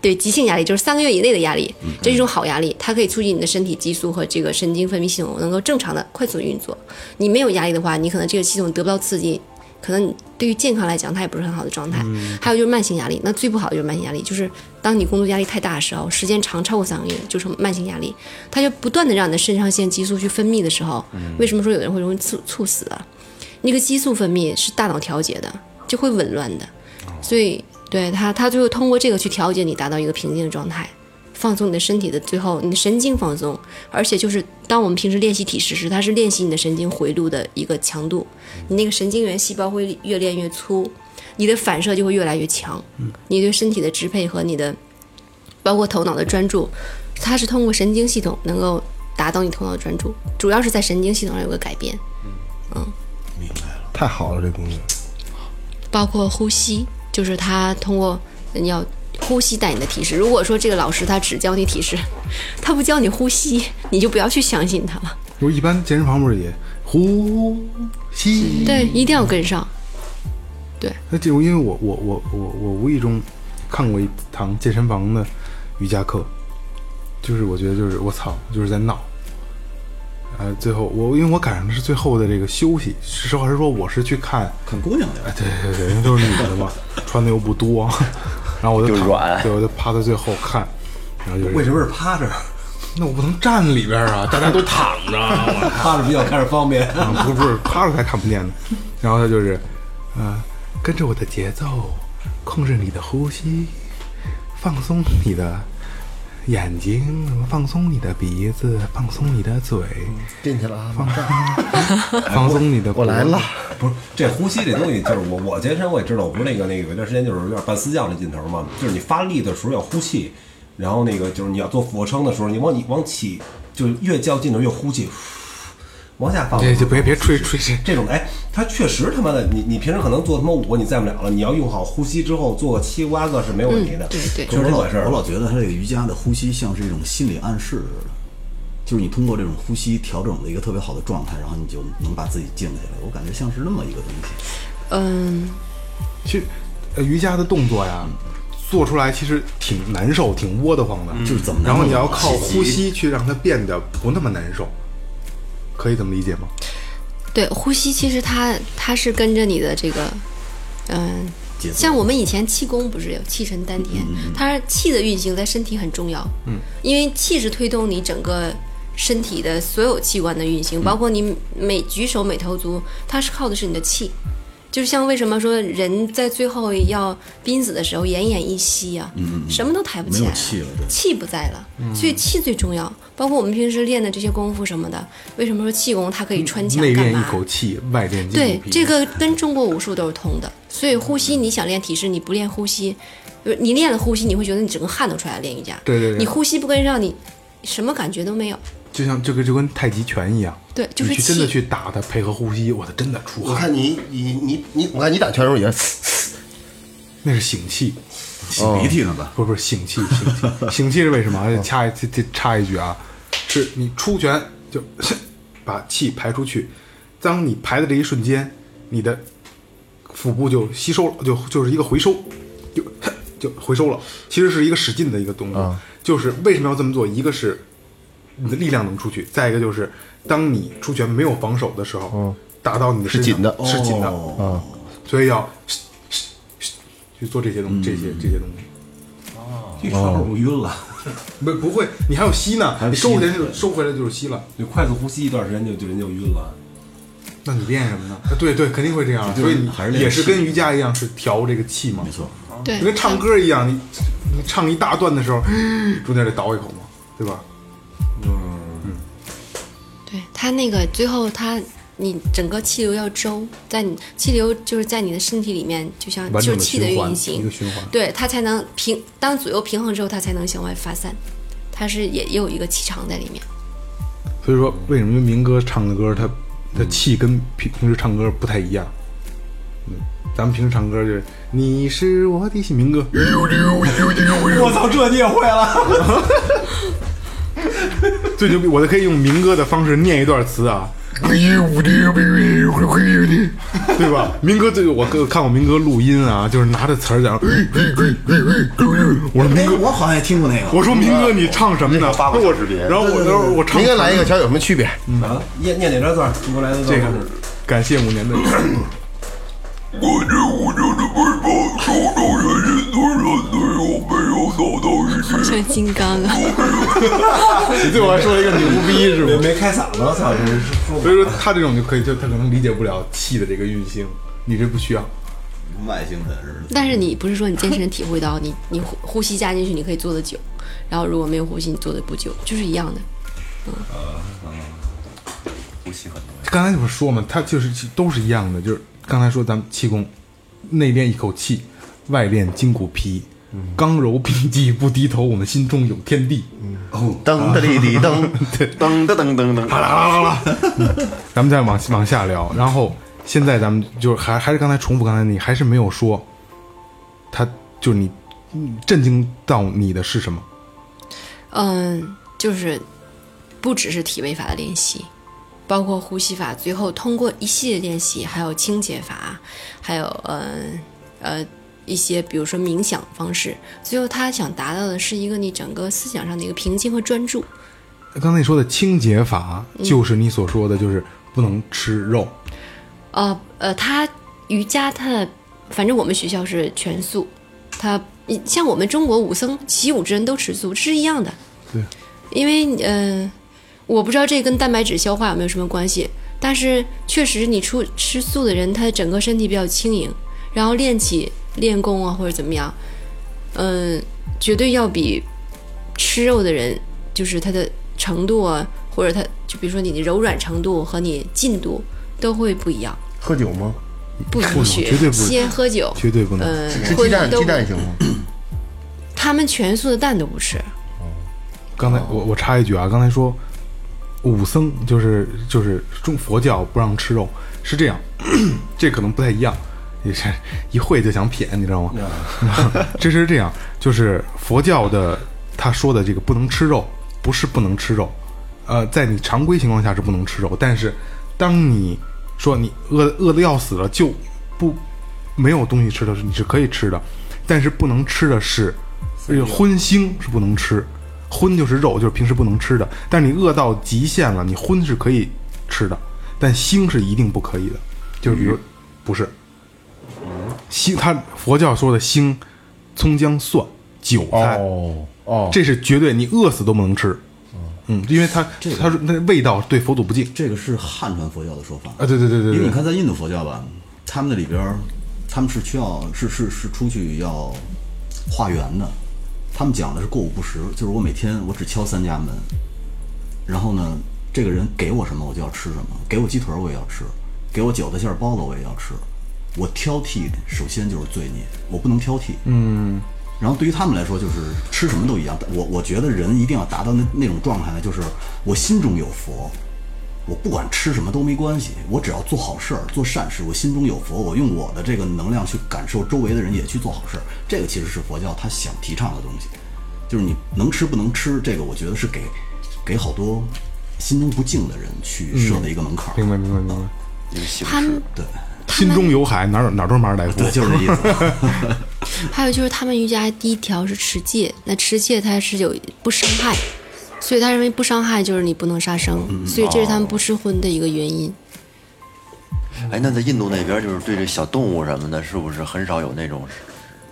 对急性压力，就是三个月以内的压力，这是一种好压力，它可以促进你的身体激素和这个神经分泌系统能够正常的、快速地运作。你没有压力的话，你可能这个系统得不到刺激，可能你对于健康来讲，它也不是很好的状态。还有就是慢性压力，那最不好的就是慢性压力，就是当你工作压力太大的时候，时间长超过三个月，就是慢性压力，它就不断的让你的肾上腺激素去分泌的时候，为什么说有的人会容易猝猝死啊？那个激素分泌是大脑调节的，就会紊乱的，所以对它，它最后通过这个去调节你，达到一个平静的状态，放松你的身体的，最后你的神经放松，而且就是当我们平时练习体式时，它是练习你的神经回路的一个强度，你那个神经元细胞会越练越粗，你的反射就会越来越强，你对身体的支配和你的包括头脑的专注，它是通过神经系统能够达到你头脑的专注，主要是在神经系统上有个改变。
明白了。
太好了，这功能。
包括呼吸，就是他通过你要呼吸带你的提示。如果说这个老师他只教你提示， 他不教你呼吸，你就不要去相信他了。
我一般健身房不是也呼
嗯
吸？
对，一定要跟上。
那这种因为我我我我我无意中看过一堂健身房的瑜伽课，就是我觉得就是我操，就是在闹。呃，最后我因为我赶上的是最后的这个休息，实话实说，我是去看
看姑娘聊，
对对对，因为都是女的嘛， 穿的又不多，然后我就
就
躺
软
对，我就趴在最后看，然后就是
为什么是趴 着？
那我不能站里边啊，大家都躺着啊，我
趴着比较看着方便。
啊，不是不 是，趴着才看不见呢。然后他就是，呃，跟着我的节奏，控制你的呼吸，放松你的眼睛，什么放松你的鼻子，放松你的嘴，
进去了啊，
放 松你的。
我来了。
不是这呼吸这东西，就是我我健身我也知道，我不是那个那个有一段时间就是有点半私教那劲头嘛，就是你发力的时候要呼气，然后那个就是你要做俯卧撑的时候，你往你往起就越较劲头越呼气，往下放。
对，就别别吹吹吹，
这种哎，它确实他妈的，你你平时可能做他妈五个你站不了了，你要用好呼吸之后做个七八个是没有问题的，
嗯对对
确实
我
管事
老
儿
我。老觉得他这个瑜伽的呼吸像是一种心理暗示似的，就是你通过这种呼吸调整了一个特别好的状态，然后你就能把自己静下来。我感觉像是那么一个东西。
嗯，
其实，呃，瑜伽的动作呀，做出来其实挺难受，挺窝得慌的。
就是怎么
然后你
能
要靠
起
呼吸去让它变得不那么难受，可以这么理解吗？
对，呼吸其实它它是跟着你的这个嗯、
节奏。嗯
像我们以前气功不是有气沉丹田，它气的运行在身体很重要，嗯，因为气是推动你整个身体的所有器官的运
嗯
行，包括你每举手每投足，它是靠的是你的气。就是像为什么说人在最后要濒死的时候奄奄一息啊，
嗯
什么都抬不起来
没有气了对
气不在了，所以气最重要。包括我们平时练的这些功夫什么的，为什么说气功它可以穿墙
嗯内
干
练一
嘛？
口气，外练筋
对
骨，皮。
这个跟中国武术都是通的。所以呼吸，你想练体式，你不练呼吸，呃你练了呼吸，你会觉得你整个汗都出来了。练瑜伽，
对对对
你呼吸不跟上，你什么感觉都没有。
就像这个就跟太极拳一样，
对就是
你去真的
气
去打它，配合呼吸，我的真的出
我
汗，
看你你你你，我看你打拳的时 候也是，
那是醒气。
擤鼻涕呢吧？
不是不是醒气，醒气，醒气是为什么？ 掐这这插一句啊，是你出拳就把气排出去，当你排的这一瞬间，你的腹部就吸收了，就就是一个回收，就 就回收了。其实是一个使劲的一个动作，
啊
就是为什么要这么做？一个是你的力量能出去，再一个就是当你出拳没有防守的时候，打到你的身上
是紧的
是紧的，
嗯哦，
所以要 去做这些东这些
嗯
这些东西。
一
哦
说我晕了，
不不会，你还有吸呢，
有
你
吸
收回来就收回来就是吸了。
就快速呼吸一段时间就就人就晕了。
那你练什么呢？啊对对，肯定会这样。
就是
所以你
还是练
也是
气
跟瑜伽一样，是调这个气嘛
没。错，
对
就，跟唱歌一样，你你唱一大段的时候， 中间得倒一口嘛，对吧？
对它那个最后它。你整个气流要周，在你气流就是在你的身体里面，就像
完整
就是
的
气的
循环
运，行，
一个循环。
对它才能平，当左右平衡之后，它才能向外发散，它是也也有一个气场在里面。
所以说，为什么民歌唱的歌，它它气跟平平时唱歌不太一样？嗯，咱们平时唱歌就是你是我的心，民歌。
我操，这你也会了？
最牛逼，我都可以用民歌的方式念一段词啊。对吧？民歌最我看过民歌录音啊，就是拿着词儿在 那。我说民
哎，
歌，
我好像也听过那个，
我说民歌你唱什么呢？
发过
我
小视频
然后我然后我唱
您跟来一个，瞧有什么区别？
啊，念念哪段字儿？你给我来一段
这
字
个
儿。，
感谢五年 的。
像金刚啊，
你对我还说了一个牛逼是
我
吗？
没开嗓子，我操，这是说不
所以说他这种就可以，就他可能理解不了气的这个运行，你这不需要。
外星人似的。
但是你不是说你健身体会到你你呼呼吸加进去，你可以做的久，然后如果没有呼吸，你做的不久，就是一样的。
呼吸很多，
刚才不是说嘛，它就是都是一样的，就是刚才说咱们气功，内练一口气，外练筋骨皮，刚柔并济，不低头，我们心中有天地。
噔噔哩 哩噔，
噔噔噔噔噔，
啊咱们再往往下聊，然后现在咱们就是还还是刚才重复刚才你还是没有说，他就是你嗯震惊到你的是什么？
嗯，就是不只是体位法的练习，包括呼吸法，最后通过一系列练习，还有清洁法，还有嗯呃一些比如说冥想方式，最后他想达到的是一个你整个思想上的一个平静和专注。
刚才你说的清洁法，就是你所说的，就是不能吃肉，
呃呃，他瑜伽他反正我们学校是全素，他像我们中国武僧习武之人都吃素，是一样的。
对，
因为嗯、呃我不知道这跟蛋白质消化有没有什么关系，但是确实你出吃素的人，他整个身体比较轻盈，然后练起练功啊或者怎么样，嗯、绝对要比吃肉的人，就是他的程度啊，或者他就比如说你的柔软程度和你进度都会不一样。
喝酒吗？
不允许
绝对不
吸烟喝酒，
绝对不能。
呃，
吃
荤
鸡蛋
都
鸡蛋行吗？
他们全素的蛋都不吃。
刚才我我插一句啊，刚才说武僧就是就是中佛教不让吃肉，是这样， 这可能不太一样，也是一会就想撇，你知道吗？ 这是这样，就是佛教的他说的这个不能吃肉，不是不能吃肉，呃，在你常规情况下是不能吃肉，但是当你说你饿饿的要死了就不没有东西吃的时候，你是可以吃的，但是不能吃的是这个荤腥是不能吃，荤就是肉，就是平时不能吃的，但是你饿到极限了，你荤是可以嗯吃的，但腥是一定不可以的，就是比如不是。星，他佛教说的星、葱姜蒜、韭菜，
哦哦，
这是绝对你饿死都不能吃。嗯，因为它他说那味道对佛祖不敬
这个是汉传佛教的说法
啊。对对对对
因为
对
你，看，在印度佛教吧，他们那里边儿，他们是需要是是是出去要化缘的，他们讲的是过午不食，就是我每天我只敲三家门，然后呢，这个人给我什么我就要吃什么，给我鸡腿儿我也要吃，给我饺子馅儿包子我也要吃，我挑剔首先就是罪孽，我不能挑剔，嗯。然后对于他们来说，就是吃什么都一样。我我觉得人一定要达到那那种状态呢，就是我心中有佛，我不管吃什么都没关系，我只要做好事儿、做善事，我心中有佛，我用我的这个能量去感受周围的人，也去做好事儿。这个其实是佛教他想提倡的东西，就是你能吃不能吃，这个我觉得是给给好多心中不敬的人去设的一个门槛儿。
嗯明白明白明白。
一个形
他
式。
们
对
心中有海，哪儿哪儿都是马尔代夫。
对，就是这意思。
还有就是他们瑜伽第一条是持戒，那持戒它是有不伤害，所以他认为不伤害就是你不能杀生，
嗯
所以这是他们不吃荤的一个原
哦
因。
哎，那在印度那边，就是对这小动物什么的，是不是很少有那种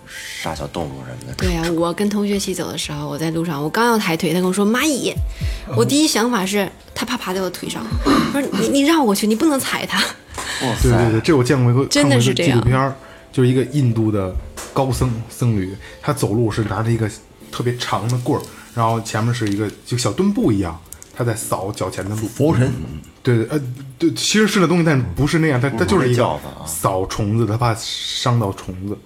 杀小动物什么的？
对呀、我跟同学一起走的时候，我在路上，我刚要抬腿，他跟我说蚂蚁，
嗯
我第一想法是他怕爬在我腿上，我说你你绕过去，你不能踩它。
哇
对对
塞，
对，这我见过一个
真的是这
看
样
过一个纪录片儿，就是一个印度的高僧僧侣，他走路是拿着一个特别长的棍儿，然后前面是一个就小墩布一样，他在扫脚前的路。佛神，对对呃对，其实是那东西，但不是那样，他他就是嗯一
不是
个
叫法啊
扫虫子，他怕伤到虫子。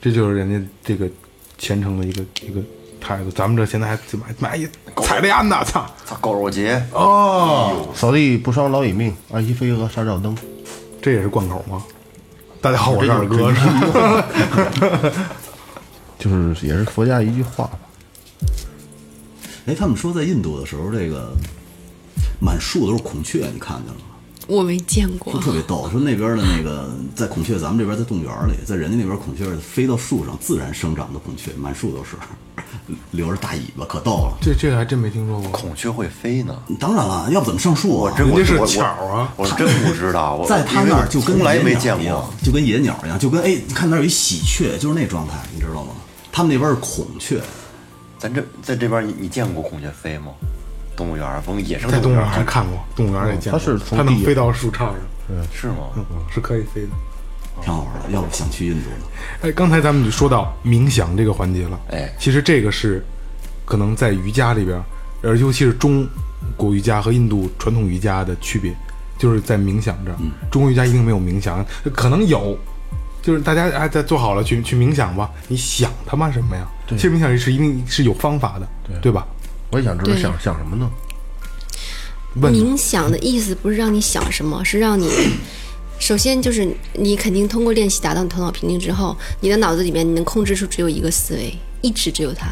这就是人家这个虔诚的一个一个态度。咱们这现在还怎么还哎呀踩着安呢，操！
操，狗肉节，
哦
扫地不伤老蚁命，爱惜飞蛾杀照灯。
这也是贯口吗？大家好，我是二哥，是吧
就是也是佛家一句话吧，
哎，他们说在印度的时候，这个满树都是孔雀，你看见了吗？
我没见过
就，哦特别逗，说那边的那个在孔雀，咱们这边在动物园里，在人家那边孔雀飞到树上自然生长的孔雀，满树都是，留着大尾巴，可逗了。
这这还真没听说过。
孔雀会飞呢？
当然了，要不怎么上树
我
啊？
真
人
我
家是
我
巧啊
我我真不 知道。我
在他那儿就跟
因为我从来
野
没
鸟
见
一样
过。，
就跟野鸟一样，就跟哎，你看那儿有一喜鹊，就是那状态，你知道吗？他们那边是孔雀，
咱这在这边，你你见过孔雀飞吗？动物园儿，甭野生
在动
动
物
物
园
园
儿还
儿
看过，动物园儿也见过。嗯
它是从
它能
地
飞到树杈上，
是吗？
是可以飞的。
挺好玩的。要不想去印度呢？
哎，刚才咱们就说到冥想这个环节了。
哎
其实这个是可能在瑜伽里边儿，呃，尤其是中国瑜伽和印度传统瑜伽的区别，就是在冥想这儿。
嗯
中国瑜伽一定没有冥想，可能有，就是大家哎，在做好了去去冥想吧。你想他妈什么呀？其实冥想是一定是有方法的，对吧？
我也想知道
对
想想什么呢？
问
冥想的意思不是让你想什么，是让你 首先就是你肯定通过练习达到你头脑平静之后，你的脑子里面你能控制出只有一个思维，一直只有它，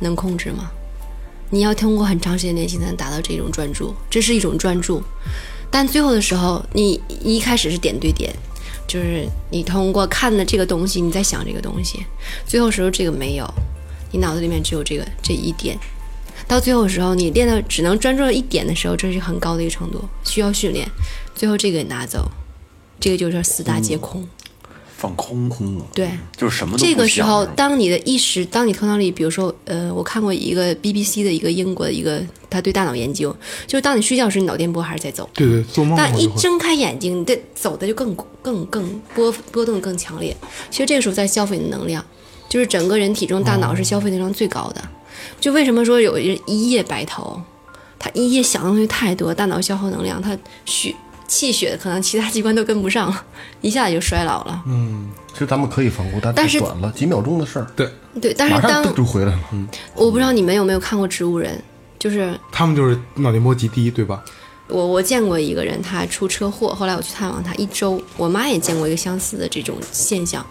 能控制吗？你要通过很长时间练习才能达到这种专注，这是一种专注。但最后的时候，你一开始是点对点，就是你通过看了这个东西，你在想这个东西，最后时候这个没有，你脑子里面只有这个这一点，到最后的时候，你练到只能专注一点的时候，这是很高的一个程度，需要训练。最后这个拿走，这个就是四大皆空。
放空，
空了，
对，
就是嗯什么都
这个
不
时
想
候，
是吗
当你的意识，当你头脑里，比如说，呃，我看过一个 BBC 的一个英国的一个，他对大脑研究，就是当你睡觉时，你脑电波还是在走，
对对，做梦
但
我
一
就会
睁开眼睛，你的走的就更更更波波动更强烈。其实这个时候在消费你的能量，就是整个人体中大脑是消费能量最高的。就为什么说有人一夜白头，他一夜想的东西太多，大脑消耗能量，他血气血可能其他器官都跟不上，一下子就衰老了。
其实咱们可以放过，但
但
太
是
短了，几秒钟的事儿，
对。
对，但
马
是当
上就回来了。
我不知道你们有没有看过《植物人》，就是
他们就是脑电波极低，对吧？
我我见过一个人，他出车祸，后来我去探望他一周，我妈也见过一个相似的这种现象，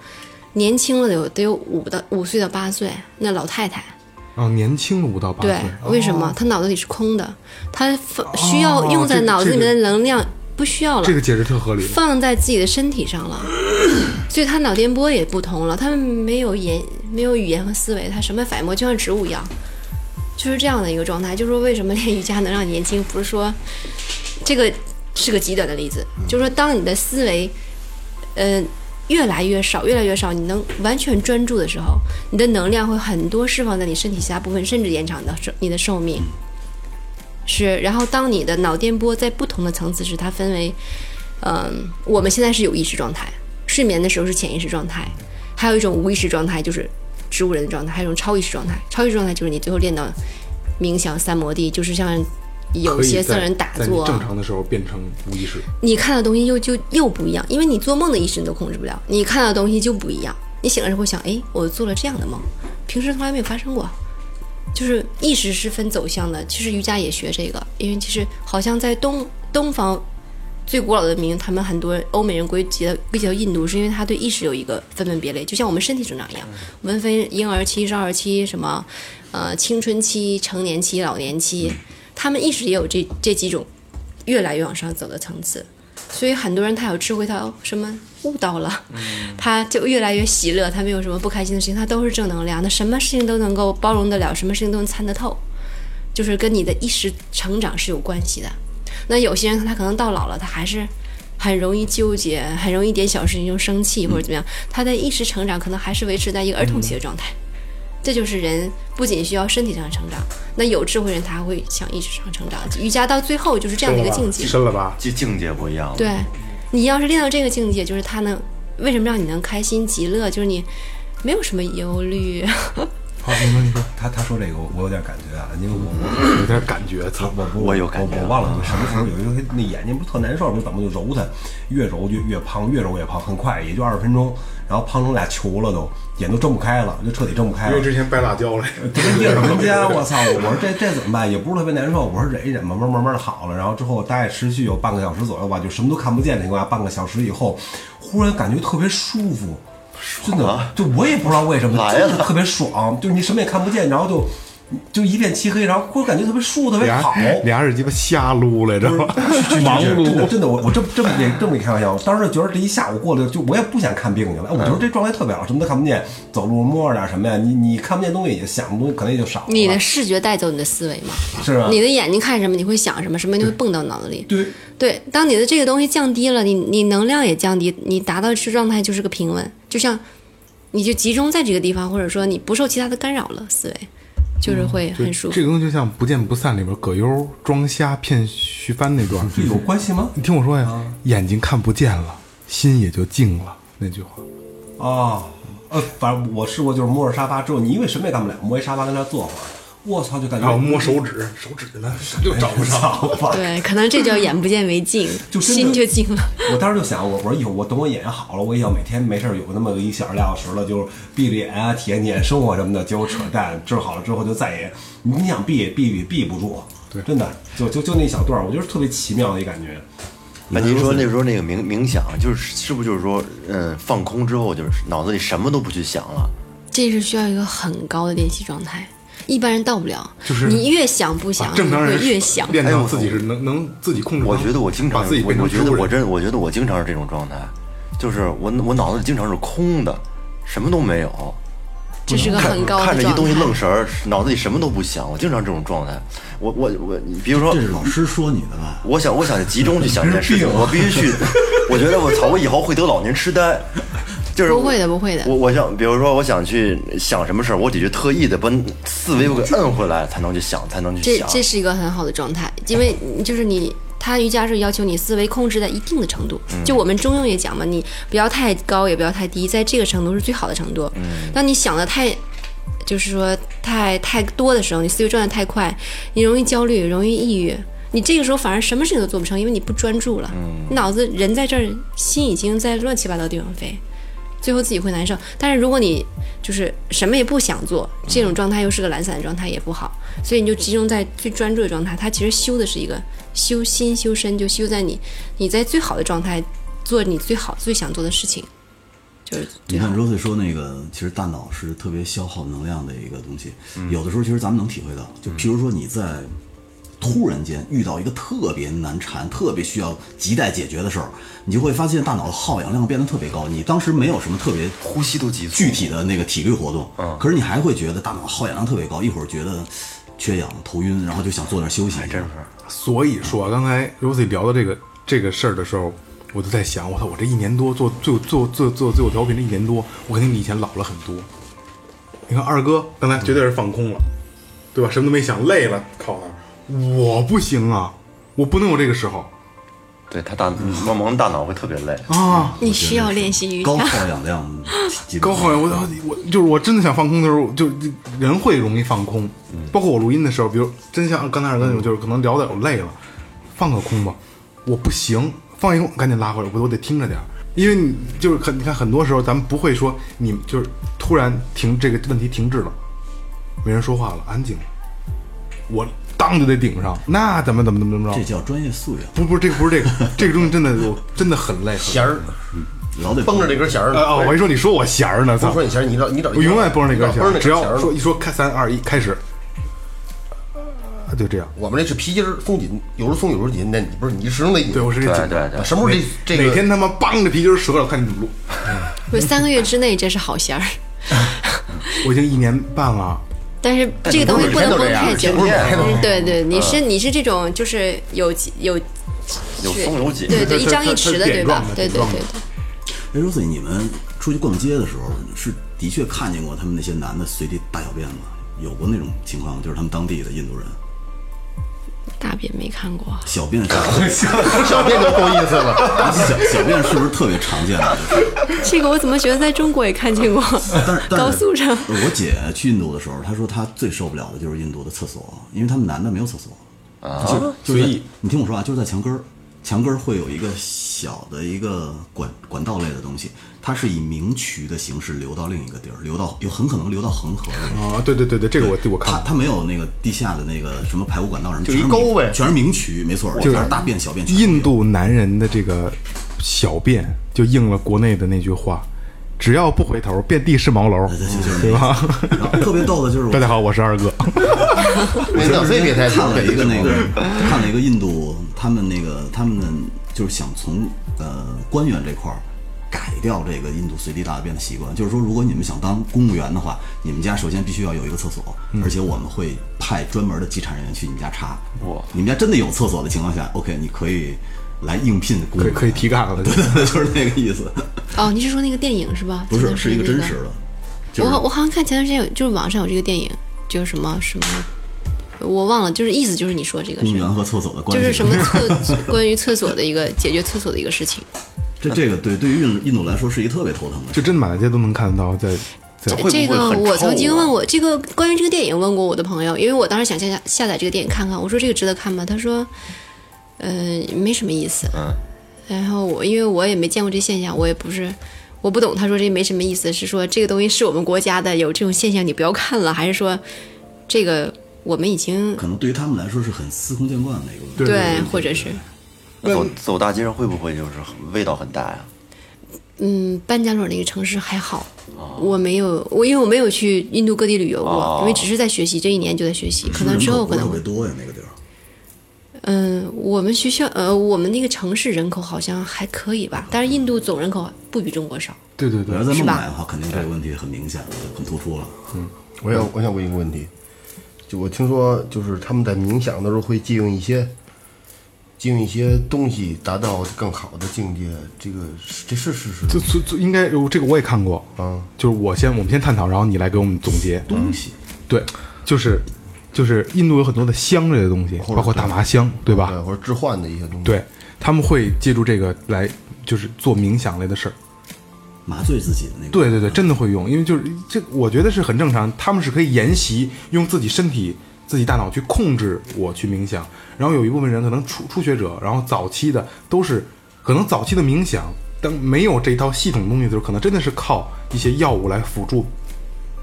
年轻了得有得有五到五岁到八岁，那老太太，
啊，年轻了五到八岁哦
对，，为什么、她脑子里是空的，她放需要用在
这个
脑子里
这个
面的能量不需要了，
这个解释特合理。
放在自己的身体上了，所以他脑电波也不同了，他们没有言没有语言和思维，他什么反应，就像植物一样，就是这样的一个状态。就是说，为什么练瑜伽能让你年轻？不是说这个是个极端的例子，就是说，当你的思维，呃，越来越少，越来越少，你能完全专注的时候，你的能量会很多释放在你身体其他部分，甚至延长你的寿你的寿命。
嗯
是，然后当你的脑电波在不同的层次时，它分为，嗯，我们现在是有意识状态，睡眠的时候是潜意识状态，还有一种无意识状态就是植物人的状态，还有一种超意识状态。超意识状态就是你最后练到冥想三摩地，就是像有些僧人打
在你
坐啊，
正常的时候变成无意识，
你看到东西又就又不一样，因为你做梦的意识你都控制不了，你看到的东西就不一样。你醒了之后想，哎，我做了这样的梦，平时从来没有发生过。就是意识是分走向的，其实瑜伽也学这个，因为其实好像在东东方最古老的文明，他们很多欧美人归结到归结到印度，是因为他对意识有一个分门别类，就像我们身体成长一样，我们分婴儿期、少儿期，什么呃青春期、成年期、老年期，他们意识也有这这几种越来越往上走的层次。所以很多人他有智慧，他有什么悟到了，他就越来越喜乐，他没有什么不开心的事情，他都是正能量的，什么事情都能够包容得了，什么事情都能参得透，就是跟你的意识成长是有关系的。那有些人他可能到老了，他还是很容易纠结，很容易一点小事情就生气或者怎么样，他的意识成长可能还是维持在一个儿童期的状态。这就是人不仅需要身体上的成长，那有智慧人他会向意识上成长。瑜伽到最后就是这样的一个境界。
深了吧？
境境界不一样了。
对，你要是练到这个境界，就是他能为什么让你能开心极乐，就是你没有什么忧虑，
好，你说你说，他他说这个我我有点感觉啊，因为我我
有点感觉，操！
我我
我有感觉
我，我忘
啊
了什么时候有一回那眼睛不是特难受，就怎么就揉它，越揉就越胖，越揉越胖，很快也就二十分钟，然后胖成俩球了都，眼都睁不开了，就彻底睁不开
因为
了。
之前掰辣椒了，
这 跟地儿人家，我操！我说这这怎么办？也不是特别难受，我说忍一忍，慢慢慢慢的好了。然后之后大概持续有半个小时左右吧，就什么都看不见的情况下，半个小时以后，忽然感觉特别舒服，真的，就我也不知道为什么，
啊来了
就是特别爽，就是你什么也看不见，然后就就一片漆黑，然后忽然感觉特别舒服，特别
俩
好。
哎
俩人鸡巴瞎撸来着，忙
真的
撸。
真的，我我这这么也这么没开玩笑，我当时觉得这一下午过了，就我也不想看病去了，哎我
嗯
觉得这状态特别好，什么都看不见，走路摸着点什么呀，你你看不见东西，也想的东西可能也就少了。
你的视觉带走你的思维嘛，
是啊吧？
你的眼睛看什么，你会想什么，什么就会蹦到脑子里。
对，
对，当你的这个东西降低了，你你能量也降低，你达到这状态就是个平稳，就像你就集中在这个地方，或者说你不受其他的干扰了，思维就是
嗯
会很舒服。
这个 东西就像《不见不散》里边葛优装瞎骗徐帆那段，
这有关系吗？
你听我说呀，眼睛看不见了，心也就静了。那句话，
啊，呃，反正我试过，就是摸着沙发之后，你因为什么也干不了，摸一沙发跟那儿坐会儿，我操，就感觉
然后摸手指，手指呢又
哎
找不着。
吧。
对，可能这叫眼不见为净，
就真的
心就静了。
我当时就想，我我说以后我等我眼睛好了，我也要每天没事儿有那么个一小时俩小时了，就是闭着眼啊，体验体验生活什么的。结果扯淡，治好了之后就再也，你想闭也闭也闭不住，对，真的就就就那一小段儿，我觉得特别奇妙的一感觉。
那您说那时候那个冥冥想，就是是不是就是说，呃，放空之后就是脑子里什么都不去想了，
这是需要一个很高的练习状态，一般人到不了。
就是
你越想不想，
啊正常人
你会越想。
练到自己是能能自己控制。
我觉得我经常
把自己
我
变成
我觉得
植物
我
人
真我觉得我经常是这种状态，就是我我脑子里经常是空的，什么都没有，
这是个很高的
看着一
状态。
东西愣神儿，脑子里什么都不想，我经常这种状态。我我我，你比如说
这，是老师说你的吧？
我想我想集中去想一件事情，
啊
我必 须去，我觉得我操，我以后会得老年痴 呆，就是
不会的不会的
我我想，比如说我想去想什么事儿，我得去特意的把思维我给摁回来，才能去想，才能去
这
想。
这是一个很好的状态，因为你就是你，他瑜伽是要求你思维控制在一定的程度。就我们中庸也讲嘛，你不要太高，也不要太低，在这个程度是最好的程度。当你想的太，就是说太太多的时候，你思维转的太快，你容易焦虑，容易抑郁。你这个时候反而什么事情都做不成，因为你不专注了，你脑子人在这儿，心已经在乱七八糟的地方飞。最后自己会难受。但是如果你就是什么也不想做，这种状态又是个懒散的状态也不好，所以你就集中在最专注的状态。它其实修的是一个修心修身，就修在你你在最好的状态做你最好最想做的事情，就是
你
最好
看 Rosie 说那个，其实大脑是特别消耗能量的一个东西。
嗯
有的时候其实咱们能体会到，就譬如说你在突然间遇到一个特别难缠、特别需要亟待解决的事儿，你就会发现大脑的耗氧量变得特别高。你当时没有什么特别
呼吸都急促
具体的那个体力活动，
嗯
可是你还会觉得大脑耗氧量特别高，一会儿觉得缺氧、头晕，然后就想坐那儿休息。一下。
所以说，刚才 Rosie 聊到这个这个事儿的时候，我就在想，我操，我这一年多做最做做做最后调频这一年多，我肯定比以前老了很多。你看二哥刚才绝对是放空了，对吧？什么都没想，累了靠那儿，我不行啊，我不能有这个时候
对他大萌萌大脑会特别累，
啊。
你需要练习瑜伽
高，耗氧量， 基本
高浩然，我我就是我真的想放空的时候，就就人会容易放空，
嗯
包括我录音的时候，比如真像刚才二哥那种，就是可能聊的我累了，放个空吧，我不行，放一空赶紧拉回来，我我得听着点儿，因为你就是很你看很多时候咱们不会说你就是突然停这个问题停滞了，没人说话了，安静了，我当就得顶上，那怎么怎么怎么怎么
这
着？
叫专业素养，
不不是这个不是这个这个东西真的我真的很累。
弦儿
老得
绷着这根弦儿
呃
呢。
哦，我一说你说我闲儿呢，
不
操！
说你弦儿，你老你老
我永远绷着那根弦
绷着
儿，
那
只
弦儿
要
呢
说一说开三二一开始，啊就这样。
我们这是皮筋儿松紧，有时候松，有时候紧，那你不是你始终得紧。啊
对我是
对
这
对
紧，
对，
什么时候这这
哪
个
天他妈梆着皮筋儿折了，看你怎么录。
我三个月之内这是好弦儿，
我已经一年半了，
但是这个东西不能绷太久
但你。不是每天都这样
嗯对对，你是你是这种就是有几有
有松有紧，
对对
它
一张一
它
弛
它
的对吧
点状？的
对对
点
对对。
哎，Rosie，你们出去逛街的时候，是的确看见过他们那些男的随地大小便吗？有过那种情况，就是他们当地的印度人
大便没看过，
小便是小
小便就够意思了。
小便是不是特别常见的？就是
这个我怎么觉得在中国也看见过？
呃但是但是
高速上
我姐去印度的时候，她说她最受不了的就是印度的厕所，因为他们男的没有厕所啊，
哦
就随意。你听我说啊，就是在墙根儿，墙根儿会有一个小的一个管管道类的东西，它是以明渠的形式流到另一个地儿，流到有很可能流到恒河的地方。
啊，对对对对，这个我我看
它
过。
它没有那个地下的那个什么排污管道什么，
就一
全是
沟
明
呗
全是明渠，没错，
就是
全是大便小便。全是
印度男人的这个小便，就应了国内的那句话：只要不回头，遍地是毛楼，对吧？
然后特别逗的就是我
大家好，我是二哥。
那脑子也别太
看
疼，
了一个那个，看了一个印度，他们那个他们就是想从呃官员这块儿改掉这个印度随地大小便的习惯，就是说，如果你们想当公务员的话，你们家首先必须要有一个厕所，
嗯
而且我们会派专门的稽查人员去你们家查。
哇
你们家真的有厕所的情况下，OK，你可以来应聘公务
可以
员，
可以提干了，
对， 就是那个意思，
哦，你是说那个电影是吧？
不
就是
是一个
那
真实的。就是
我我好像看前段时间有，就是网上有这个电影，就是什么什么，我忘了，就是意思就是你说这个
公务
是
员。和厕所的关
就
系，
是什么 厕关于厕所的一个解决厕所的一个事情，
这这个对对于印印度来说是一个特别头疼的事
就。真的满大街都能看得到，在在
会不
这
会
个
很
我
臭
曾经
啊
问我这个关于这个电影问过我的朋友，因为我当时想下下下载这个电影看看，我说这个值得看吗？他说，呃，没什么意思。
嗯。
然后我因为我也没见过这现象，我也不是我不懂。他说这没什么意思，是说这个东西是我们国家的，有这种现象你不要看了，还是说这个我们已经
可能对于他们来说是很司空见惯的一个问题。
对或者是
那走走大街上会不会就是很味道很大呀？
嗯，班加罗尔那个城市还好，我没有我因为我没有去印度各地旅游过，
哦
因为只是在学习，这一年就在学习，可能之后可能
特
会
别多呀，那个地儿。
嗯，我们学校呃，我们那个城市人口好像还可以吧，但是印度总人口不比中国少。
对对
你
对
要，在孟
是吧
买的话，肯定这个问题很明显了，就很突出了。
我想我想问一个问题，就我听说就是他们在冥想的时候会借用一些，借用一些东西达到更好的境界，这个是这是事实
就就就应该有这个我也看过，
啊。
就是我先我们先探讨，然后你来给我们总结。
东西
对，就是就是印度有很多的香类的东西，包括大麻香，对吧？
对，或者置换的一些东西。，
对，他们会借助这个来就是做冥想类的事儿。
麻醉自己的那个。
对对对，真的会用，因为就是这，我觉得是很正常，他们是可以沿袭用自己身体、自己大脑去控制我去冥想。然后有一部分人可能初初学者，然后早期的都是可能早期的冥想，当没有这一套系统东西的时候，可能真的是靠一些药物来辅助，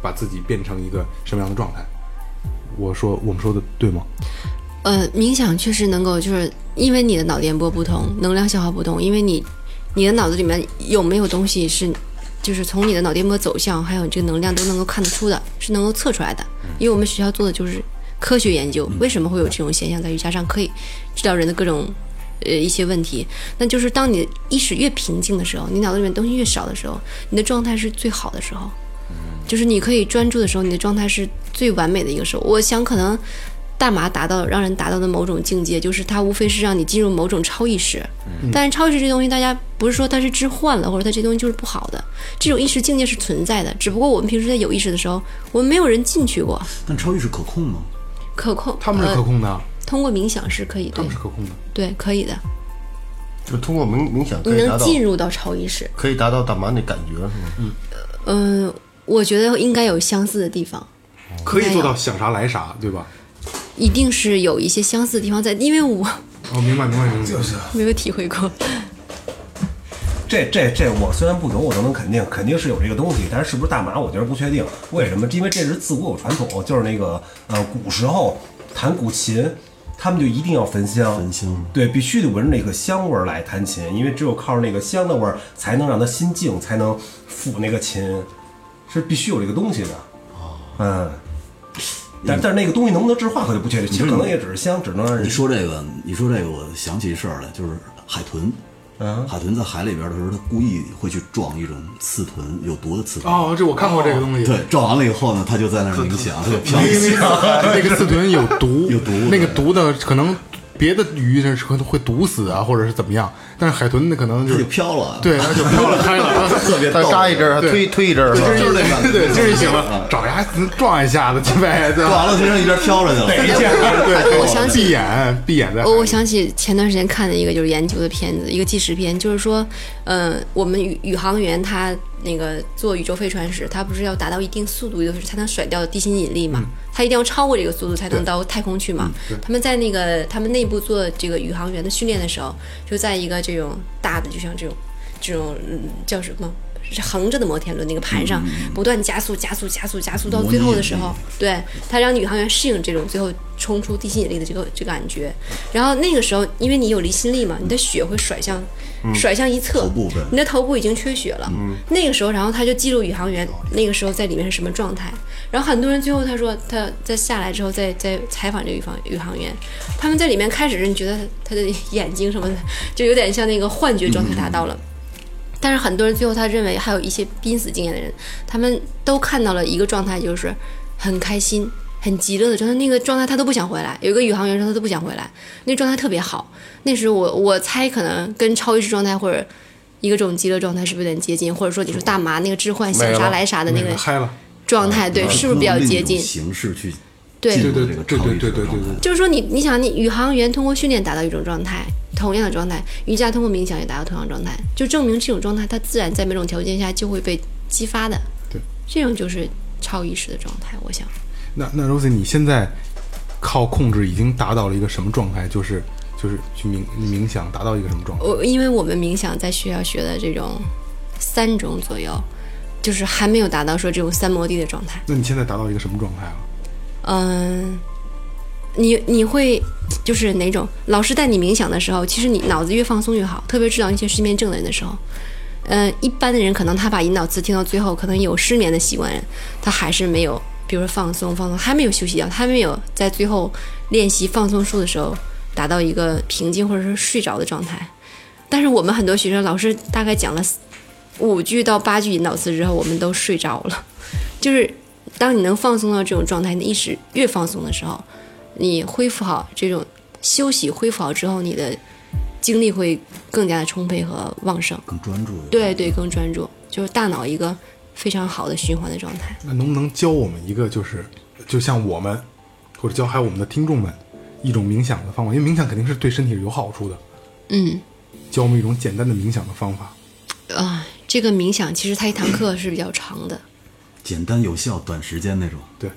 把自己变成一个什么样的状态。我说我们说的对吗？
呃，冥想确实能够，就是因为你的脑电波不同，能量消耗不同，因为你你的脑子里面有没有东西是，就是从你的脑电波走向，还有你这个能量都能够看得出的，是能够测出来的。因为我们学校做的就是科学研究，为什么会有这种现象，在瑜伽上可以治疗人的各种呃一些问题。那就是当你的意识越平静的时候，你脑子里面东西越少的时候，你的状态是最好的时候。就是你可以专注的时候，你的状态是最完美的一个时候。我想可能大麻达到让人达到的某种境界，就是它无非是让你进入某种超意识。
嗯
但是超意识这东西，大家不是说它是置换了，或者它这东西就是不好的，这种意识境界是存在的。只不过我们平时在有意识的时候，我们没有人进去过，
但超意识可控吗？
可控。
他们是可
呃，
控的，
通过冥想是可以，
他
对
们是可控的。
对，可以的，
就通过冥冥想
你
可以达
能
到
进入到超意识。
可以达到大麻那感觉是吗？嗯，
嗯、我觉得应该有相似的地方。
可以做到想啥来啥，对吧？
一定是有一些相似的地方在，因为我
哦，明白明白明白。
没有体会过。
这这这，我虽然不懂，我都能肯定，肯定是有这个东西，但是是不是大麻，我觉得不确定。为什么？因为这是自古有传统，就是那个呃，古时候弹古琴，他们就一定要焚香，
焚香
对，必须得闻着那个香味儿来弹琴，因为只有靠着那个香的味儿，才能让它心静，才能抚那个琴，是必须有这个东西的。
哦
嗯，但但是那个东西能不能制化，可就不确定，其实可能也只是香，只能让人
你说这个，你说这个，我想起一事儿来，就是海豚。
嗯
海豚在海里边的时候，它故意会去撞一种刺豚，有毒的刺豚。
哦，这我看过这个东西。
对，撞完了以后呢，它就在那儿冥想，它就 飘。
那个刺豚有毒，
有毒
那个毒呢，可能别的鱼是可能会毒死啊，或者是怎么样，但是海豚那可能就
它
是
就飘了，
对，它就飘了开了。
特别
但
逗。
扎一阵儿，还
对
推推一阵儿，是吧
对就是那感觉
对，就是行了，找牙撞一下子去呗，对
撞
吧？
完了，就让一边飘着去了。
对，
我想起
闭眼，闭眼在海里。
我我想起前段时间看的一个就是研究的片子，一个纪实片，就是说，嗯、我们宇宇航员他那个坐宇宙飞船时，他不是要达到一定速度，就是才能甩掉地心引力嘛？他一定要超过这个速度才能到太空去嘛？他们在那个他们内部做这个宇航员的训练的时候，就在一个这种大的，就像这种这种嗯叫什么？是横着的摩天轮那个盘上，
嗯
不断加速、加速、加速、加速，到最后的时候，对它让宇航员适应这种最后冲出地心引力的这个这个感觉。然后那个时候，因为你有离心力嘛，你的血会甩向、甩向一侧，
嗯头部嗯呗
你的头部已经缺血了。那个时候，然后他就记录宇航员那个时候在里面是什么状态。然后很多人最后他说他在下来之后再再采访这个宇航宇航员，他们在里面开始你觉得他的眼睛什么的就有点像那个幻觉状态达到了。但是很多人最后他认为还有一些濒死经验的人，他们都看到了一个状态，就是很开心、很极乐的状态。那个状态他都不想回来。有一个宇航员说他都不想回来，那状态特别好。那时候我我猜可能跟超意识状态或者一个种极乐状态是不是有点接近？或者说你说大麻那个置换想啥来啥的那个
嗨了，
状态，对，是不是比较接
用一种
近？
形式去
对
进入
对
这个
对
超
对
意识
对
的
对对
状态
对
就是说你，你想，你宇航员通过训练达到一种状态，同样的状态，瑜伽通过冥想也达到同样状态，就证明这种状态它自然在某种条件下就会被激发的。
对，
这种就是超意识的状态，我想。
那那 Rosie，你现在靠控制已经达到了一个什么状态？就是就是去冥冥想达到一个什么状态？
我因为我们冥想在学校学的这种三种左右，就是还没有达到说这种三摩地的状态。
那你现在达到一个什么状态了？
嗯，你你会就是哪种？老师带你冥想的时候，其实你脑子越放松越好，特别治疗一些失眠症的人的时候。嗯，一般的人可能他把引导词听到最后，可能有失眠的习惯人，他还是没有，比如说放松放松，还没有休息掉，他没有在最后练习放松术的时候达到一个平静或者是睡着的状态。但是我们很多学生，老师大概讲了五句到八句引导词之后，我们都睡着了。就是当你能放松到这种状态，你的意识越放松的时候，你恢复好这种休息，恢复好之后，你的精力会更加的充沛和旺盛。
更专注。
对对，更专注，就是大脑一个非常好的循环的状态。
那能不能教我们一个，就是就像我们，或者教还有我们的听众们一种冥想的方法？因为冥想肯定是对身体是有好处的。
嗯，
教我们一种简单的冥想的方法。
啊、这个冥想其实它一堂课是比较长的，
简单有效、短时间那种。
对，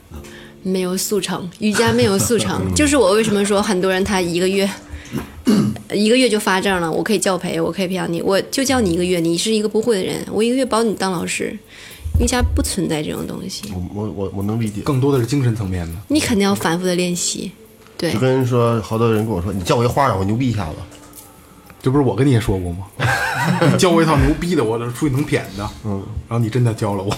没有速成，瑜伽没有速成，就是我为什么说很多人他一个月。一个月就发证了，我可以教培，我可以培养你，我就教你一个月，你是一个不会的人，我一个月保你当老师。瑜伽不存在这种东西，
我我我我能理解。
更多的是精神层面的。
你肯定要反复的练习。对
就，跟说，好多人跟我说，你叫我一花让我牛逼一下子。
这不是我跟你也说过吗？你教我一套牛逼的，我出去能谝的。嗯，然后你真的教了我。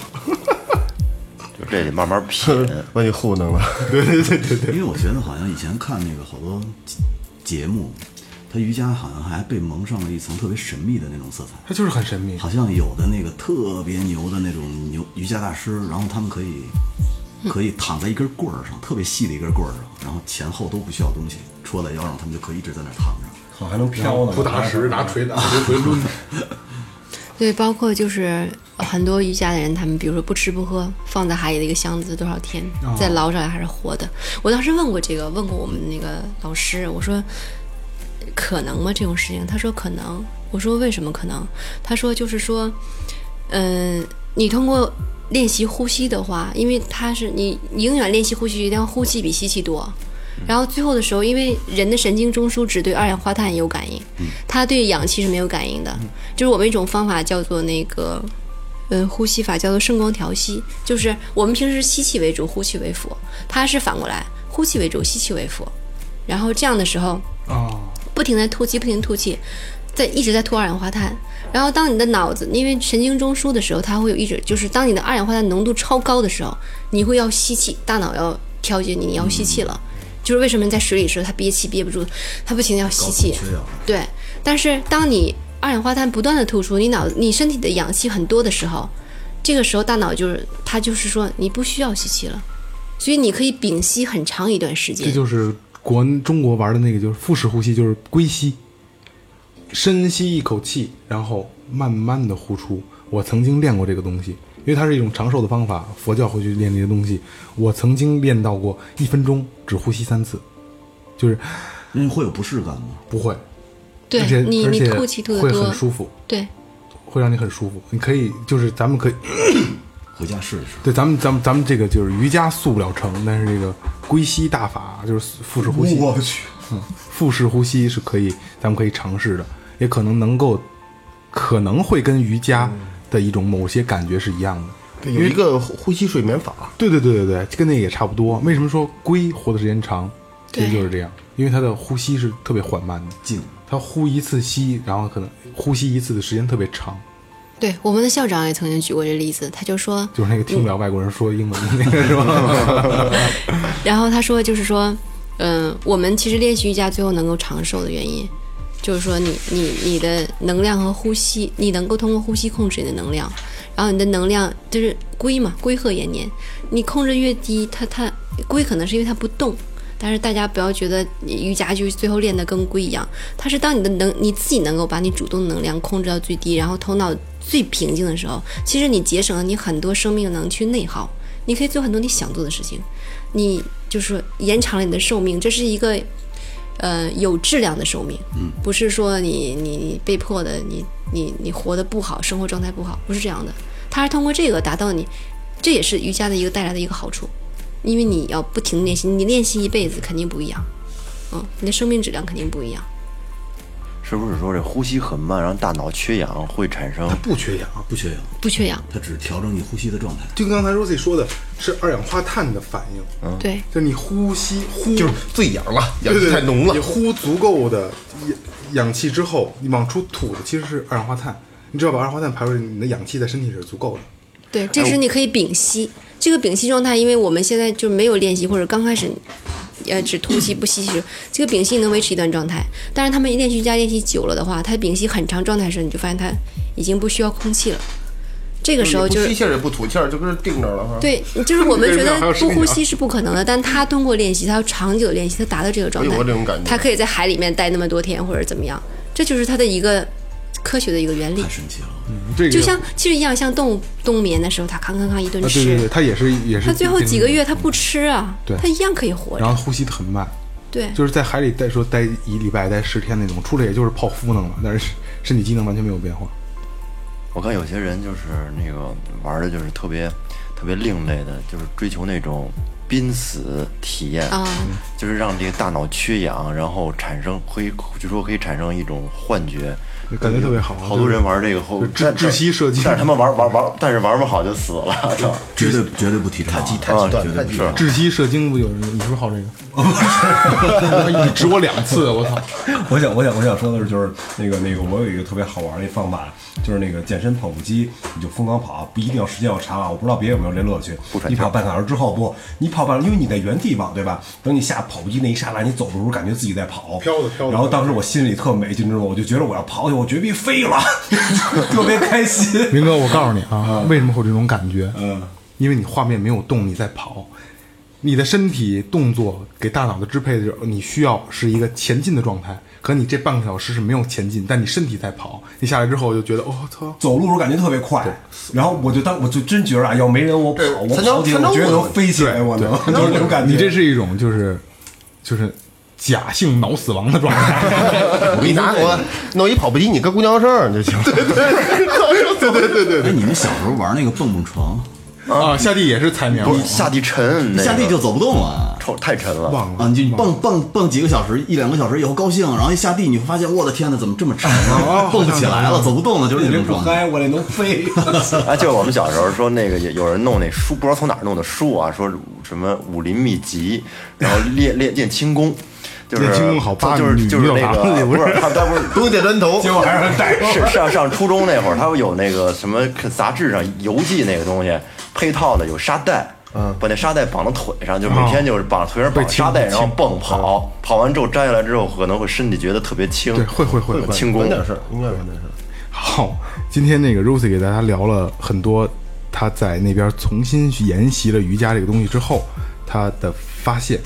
就这得慢慢 品。
把你糊弄了。
因为我觉得好像以前看那个好多节节目，它瑜伽好像还被蒙上了一层特别神秘的那种色彩。
他就是很神秘。
好像有的那个特别牛的那种牛瑜伽大师，然后他们可以可以躺在一根棍儿上，特别细的一根棍儿上，然后前后都不需要东西，戳在腰上，他们就可以一直在那儿躺着。
好还能飘
嗯
呢，
不打实，拿 锤打锤回抡。
对，包括就是很多瑜伽的人，他们比如说不吃不喝，放在海里的一个箱子多少天，再捞上来还是活的。我当时问过这个，问过我们那个老师，我说可能吗这种事情？他说可能。我说为什么可能？他说就是说，嗯、你通过练习呼吸的话，因为它是你你永远练习呼吸，但呼气比吸气多。然后最后的时候，因为人的神经中枢只对二氧化碳有感应，它对氧气是没有感应的。就是我们一种方法叫做那个，嗯，呼吸法叫做圣光调息，就是我们平时吸气为主，呼气为辅，它是反过来，呼气为主，吸气为辅。然后这样的时候，
哦，
不停的吐气，不停地吐气，在一直在吐二氧化碳。然后当你的脑子因为神经中枢的时候，它会有一直就是当你的二氧化碳浓度超高的时候，你会要吸气，大脑要调节你，你要吸气了。就是为什么在水里的时候，它憋气憋不住，它不停的要吸气。
啊
对，但是当你二氧化碳不断的吐出，你脑你身体的氧气很多的时候，这个时候大脑就是它就是说你不需要吸气了，所以你可以屏息很长一段时间。
这就是国中国玩的那个，就是腹式呼吸，就是龟吸，深吸一口气，然后慢慢的呼出。我曾经练过这个东西，因为它是一种长寿的方法，佛教会去练这些东西。我曾经练到过一分钟只呼吸三次，就是
那嗯你会有不适感吗？
不会，
对
而且
你
而
你
且
吐气吐
会
的
很
多，
舒服，
对，
会让你很舒服。你可以就是咱们可以
回家试一试。
对，咱们咱们咱们这个就是瑜伽塑不了成，但是这个龟息大法就是腹式呼吸，嗯
我去，
腹式呼吸是可以，咱们可以尝试的，也可能能够，可能会跟瑜伽的一种某些感觉是一样的。
对有一个呼吸睡眠法，
对对对对对，跟那个也差不多。为什么说龟活的时间长？其实
对
就是这样，因为它的呼吸是特别缓慢的，
静，
它呼一次吸，然后可能呼吸一次的时间特别长，
对，我们的校长也曾经举过这例子，他就说，
就是那个听不了外国人说英文的那个是吧？
然后他说就是说，嗯、我们其实练习瑜伽最后能够长寿的原因，就是说你你你的能量和呼吸，你能够通过呼吸控制你的能量，然后你的能量就是龟嘛，龟鹤延年，你控制越低，它它龟可能是因为它不动。但是大家不要觉得瑜伽就最后练得跟龟一样，它是当你的能你自己能够把你主动能量控制到最低，然后头脑最平静的时候，其实你节省了你很多生命能去内耗，你可以做很多你想做的事情，你就是延长了你的寿命，这是一个呃有质量的寿命，不是说你你你被迫的，你你你活得不好，生活状态不好，不是这样的，它是通过这个达到你，这也是瑜伽的一个带来的一个好处，因为你要不停地练习，你练习一辈子肯定不一样，嗯，你的生命质量肯定不一样，
是不是说这呼吸很慢，然后大脑缺氧会产生
它 不缺氧，不缺氧，
不缺氧，
它只是调整你呼吸的状态。
就跟刚才 Rosie 说的是二氧化碳的反应，
对
就是你呼吸呼
就是最氧了，
对
氧
对
气
对
太浓了
你。呼足够的氧氧气之后，你往出吐的其实是二氧化碳，你只要把二氧化碳排出去，你的氧气在身体里是足够的。
对，这时你可以屏息。这个屏息状态，因为我们现在就没有练习，或者刚开始，呃，只吐气不吸气，这个屏息能维持一段状态。但是他们练习瑜伽练习久了的话，他屏息很长状态的时候，你就发现他已经不需要空气了。这个时候就
嗯你不吸
是
气儿也不吐气儿，就跟这定着了。哈，
对，就是我们觉得
还有
不
声音啊
呼吸是不可能的，但他通过练习，他要长久练习，他达到这个状
我
态
有过这种感，觉
他可以在海里面待那么多天或者怎么样，这就是他的一个科学的一个原理
太。神奇了，
这个
就像其实一样，像动物冬眠的时候，它康康康一顿
啊，
吃，
对对对，它也是也是。
他最后几个月，他不吃啊，
对
他一样可以活
然
着。
后呼吸得很慢，
对，
就是在海里待说待一礼拜、待十天那种，出来也就是泡芙能了，但是身体机能完全没有变化。
我看有些人就是那个玩的就是特别特别另类的，就是追求那种濒死体验，
啊
就是让这个大脑缺氧，然后产生可以据说可以产生一种幻觉，
感觉特别好啊
好多人玩这个后
就窒窒息射击
但是他们玩玩玩，但是玩不好就死了，啊操！
绝对绝对不提倡啊。
太极端，太极端。
窒息射精不有人？你是不是好这个？ 你指我两次，我操！
我想，我想，我想说的是，就是那个那个，我有一个特别好玩的一方法，就是那个健身跑步机，你就疯狂跑，不一定要时间要长啊。我不知道别人有没有这乐趣。你跑半小时之后不，你跑半，因为你在原地跑，对吧？等你下跑步机那一刹那，你走的时候感觉自己在跑，
飘着飘着
然后当时我心里特美，你知道吗？我就觉得我要跑起来，我绝逼 飞了，特别开心。
明哥，我告诉你啊，为什么会有这种感觉？嗯，因为你画面没有动，你在跑，你的身体动作给大脑的支配的就是你需要是一个前进的状态。可你这半个小时是没有前进，但你身体在跑。你下来之后就觉得，哦操，
走路时候感觉特别快，然后我就当我就真觉着啊，要没人我跑，我
才能
跑起
才
来，
能
我觉得
稳
能飞起哎来，我能，就是那种感觉。
你这是一种就是就是假性脑死亡的状态。
我给你拿我弄一跑步机，你跟公交车上就行。对对对对对对
哎，你们小时候玩那个蹦蹦床，
啊，下地也是踩棉花
你，下地沉，那个
下地就走不动了。
臭太沉了。
忘了
啊，你就蹦蹦蹦几个小时，一两个小时以后高兴，然后一下地你会发现，我的天哪，怎么这么沉啊？蹦不起来了，走不动了，就是
你
那
这
种
不
状态。
嗨，我这能飞。
哎，就是我们小时候说那个有有人弄那书，不知道从哪儿弄的书啊，说什么武林秘籍，然后练练练 轻功，就是
练轻功好八
就是
女
就是
女
那
教堂里
个
不
不
是
是他他不是
对，东铁砖头，
结果还让人 带上。
是上上初中那会儿，他有那个什么杂志上游记那个东西配套的有沙袋，嗯，把那沙袋绑到腿上，
哦
就每天就是绑腿上绑沙袋，然后
嗯
蹦跑，跑完之后摘下来之后可能会身体觉得特别轻，
对会会会会
轻功
稳点事儿，应该稳点事儿。
好，今天那个 Rosie 给大家聊了很多，他在那边重新去研习了瑜伽这个东西之后，他的发现。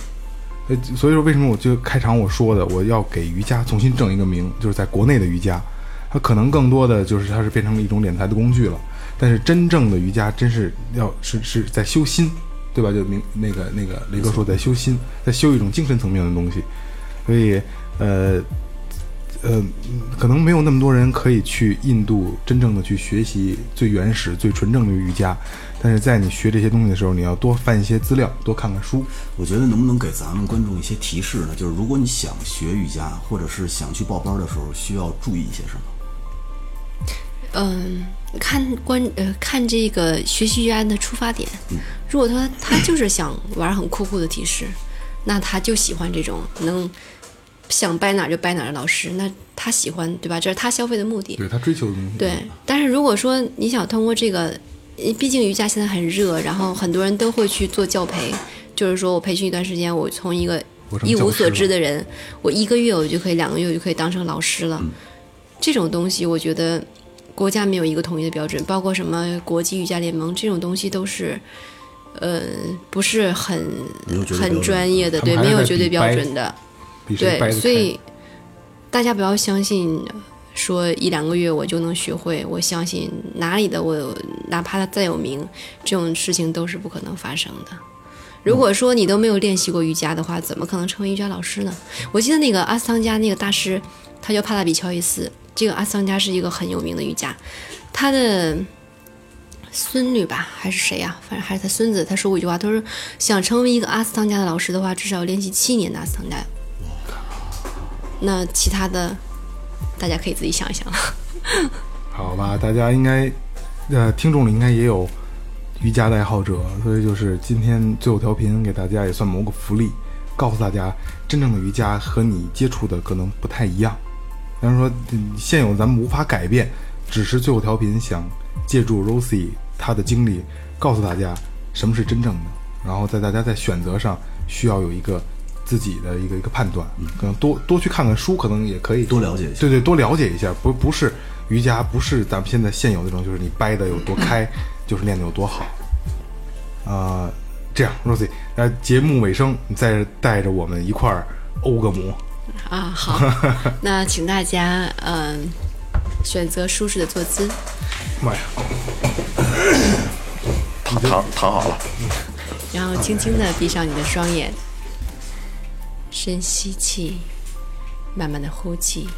呃，所以说为什么我就开场我说的，我要给瑜伽重新正一个名，就是在国内的瑜伽，它可能更多的就是它是变成了一种敛财的工具了。但是真正的瑜伽，真是要是是在修心，对吧？就明那个那个雷哥说在修心，在修一种精神层面的东西。所以，呃，呃，可能没有那么多人可以去印度真正的去学习最原始、最纯正的瑜伽，但是在你学这些东西的时候，你要多翻一些资料，多看看书。
我觉得能不能给咱们观众一些提示呢？就是如果你想学瑜伽，或者是想去报班的时候，需要注意一些什么？
嗯，看关呃看这个学习员的出发点。
嗯
如果说他就是想玩很酷酷的体式，那他就喜欢这种能想掰哪儿就掰哪儿的老师，那他喜欢对吧？这是他消费的目的。
对他追求的东西，
对，但是如果说你想通过这个，呃毕竟瑜伽现在很热，然后很多人都会去做教培，就是说我培训一段时间，我从一个
我成
一
教
无
师
所
了
知的人，我一个月我就可以，两个月我就可以当成老师
嗯
了。这种东西，我觉得国家没有一个统一的标准，包括什么国际瑜伽联盟这种东西都是。呃，不是很
没有绝对标
很
准
专业的，
他们还
对，没
是
有
在
绝对
比
标
掰
准的。
比谁掰
对，
得开
所以大家不要相信说一两个月我就能学会。我相信哪里的我，哪怕他再有名，这种事情都是不可能发生的。如果说你都没有练习过瑜伽的话，怎么可能成为瑜伽老师呢？我记得那个阿斯汤加那个大师，他叫帕拉比乔伊斯。这个阿斯汤加是一个很有名的瑜伽，他的孙女吧还是谁呀、反正还是他孙子。他说过一句话，他说想成为一个阿斯汤加的老师的话，至少要练习七年的阿斯汤加那其他的，大家可以自己想一想了。
好吧，大家应该，呃，听众里应该也有瑜伽的爱好者，所以就是今天最后调频给大家也算谋个福利，告诉大家真正的瑜伽和你接触的可能不太一样。但是说嗯现有咱们无法改变，只是最后调频想借助 Rosie 她的经历，告诉大家什么是真正的，然后在大家在选择上需要有一个自己的一个一个判断，可能多多去看看书，可能也可以
嗯多了解一下
对对，多了解一下，不不是瑜伽，不是咱们现在现有那种，就是你掰的有多 开，就是练的有多好。呃，这样，Rosie，呃，节目尾声，你再带着我们一块儿欧个魔。
啊，好， 那请大家嗯、选择舒适的坐姿，
妈呀！
躺躺躺好了，
然后轻轻的闭上你的双眼，深吸气，慢慢的呼气。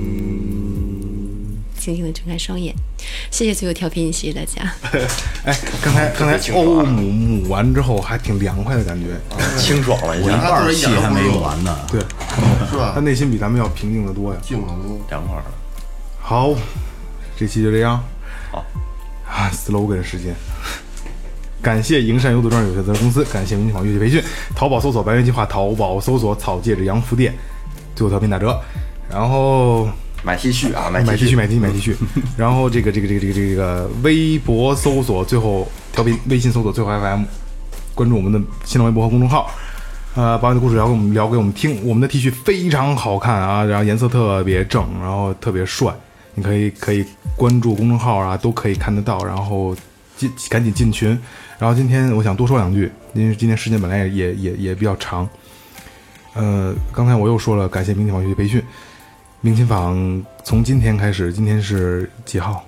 哦。轻轻的睁开双眼，谢谢所有调频，谢谢大家。
哎，刚才刚才
清爽
欧母母完之后还挺凉快的感觉，
清爽了一
我一
下，
半儿戏还没有完呢。
对，
是吧
他？内心比咱们要平静的多呀。
静了都
凉快了。
好，这期就这样。
好
啊，slogan 时间。感谢营山优德庄有限责任公司，感谢文景坊乐器培训，淘宝搜索“白云计划”，淘宝搜索“草戒指洋服店”，最后调频打折。然后
买 T 恤啊，买
买 T 恤，
恤，
买 T 恤，买 T 恤。 然后这个这个这个这个这个微博搜索最后调频，微信搜索最后 FM，关注我们的新浪微博和公众号。呃，把你的故事聊给我们聊给我们听。我们的 T 恤非常好看啊，然后颜色特别正，然后特别帅。你可以可以关注公众号啊，都可以看得到。然后进赶紧进群。然后今天我想多说两句，因为今天时间本来也也也也比较长。呃，刚才我又说了，感谢明琴坊学习培训。明琴坊从今天开始，今天是几号？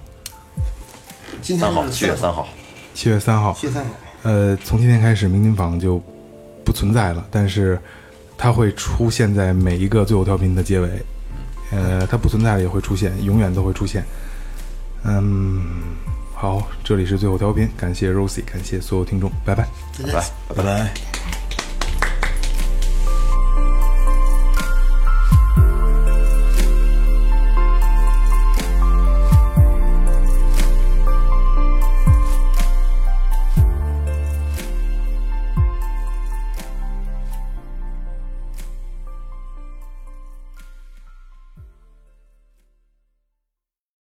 今天
三
是
号，七月三号，
七月三号。
谢三
呃，从今天开始，明琴坊就不存在了，但是它会出现在每一个最后调频的结尾。呃，它不存在了也会出现，永远都会出现。嗯，好，这里是最后调频，感谢 Rosie，感谢所有听众，拜拜。
拜拜。
拜拜。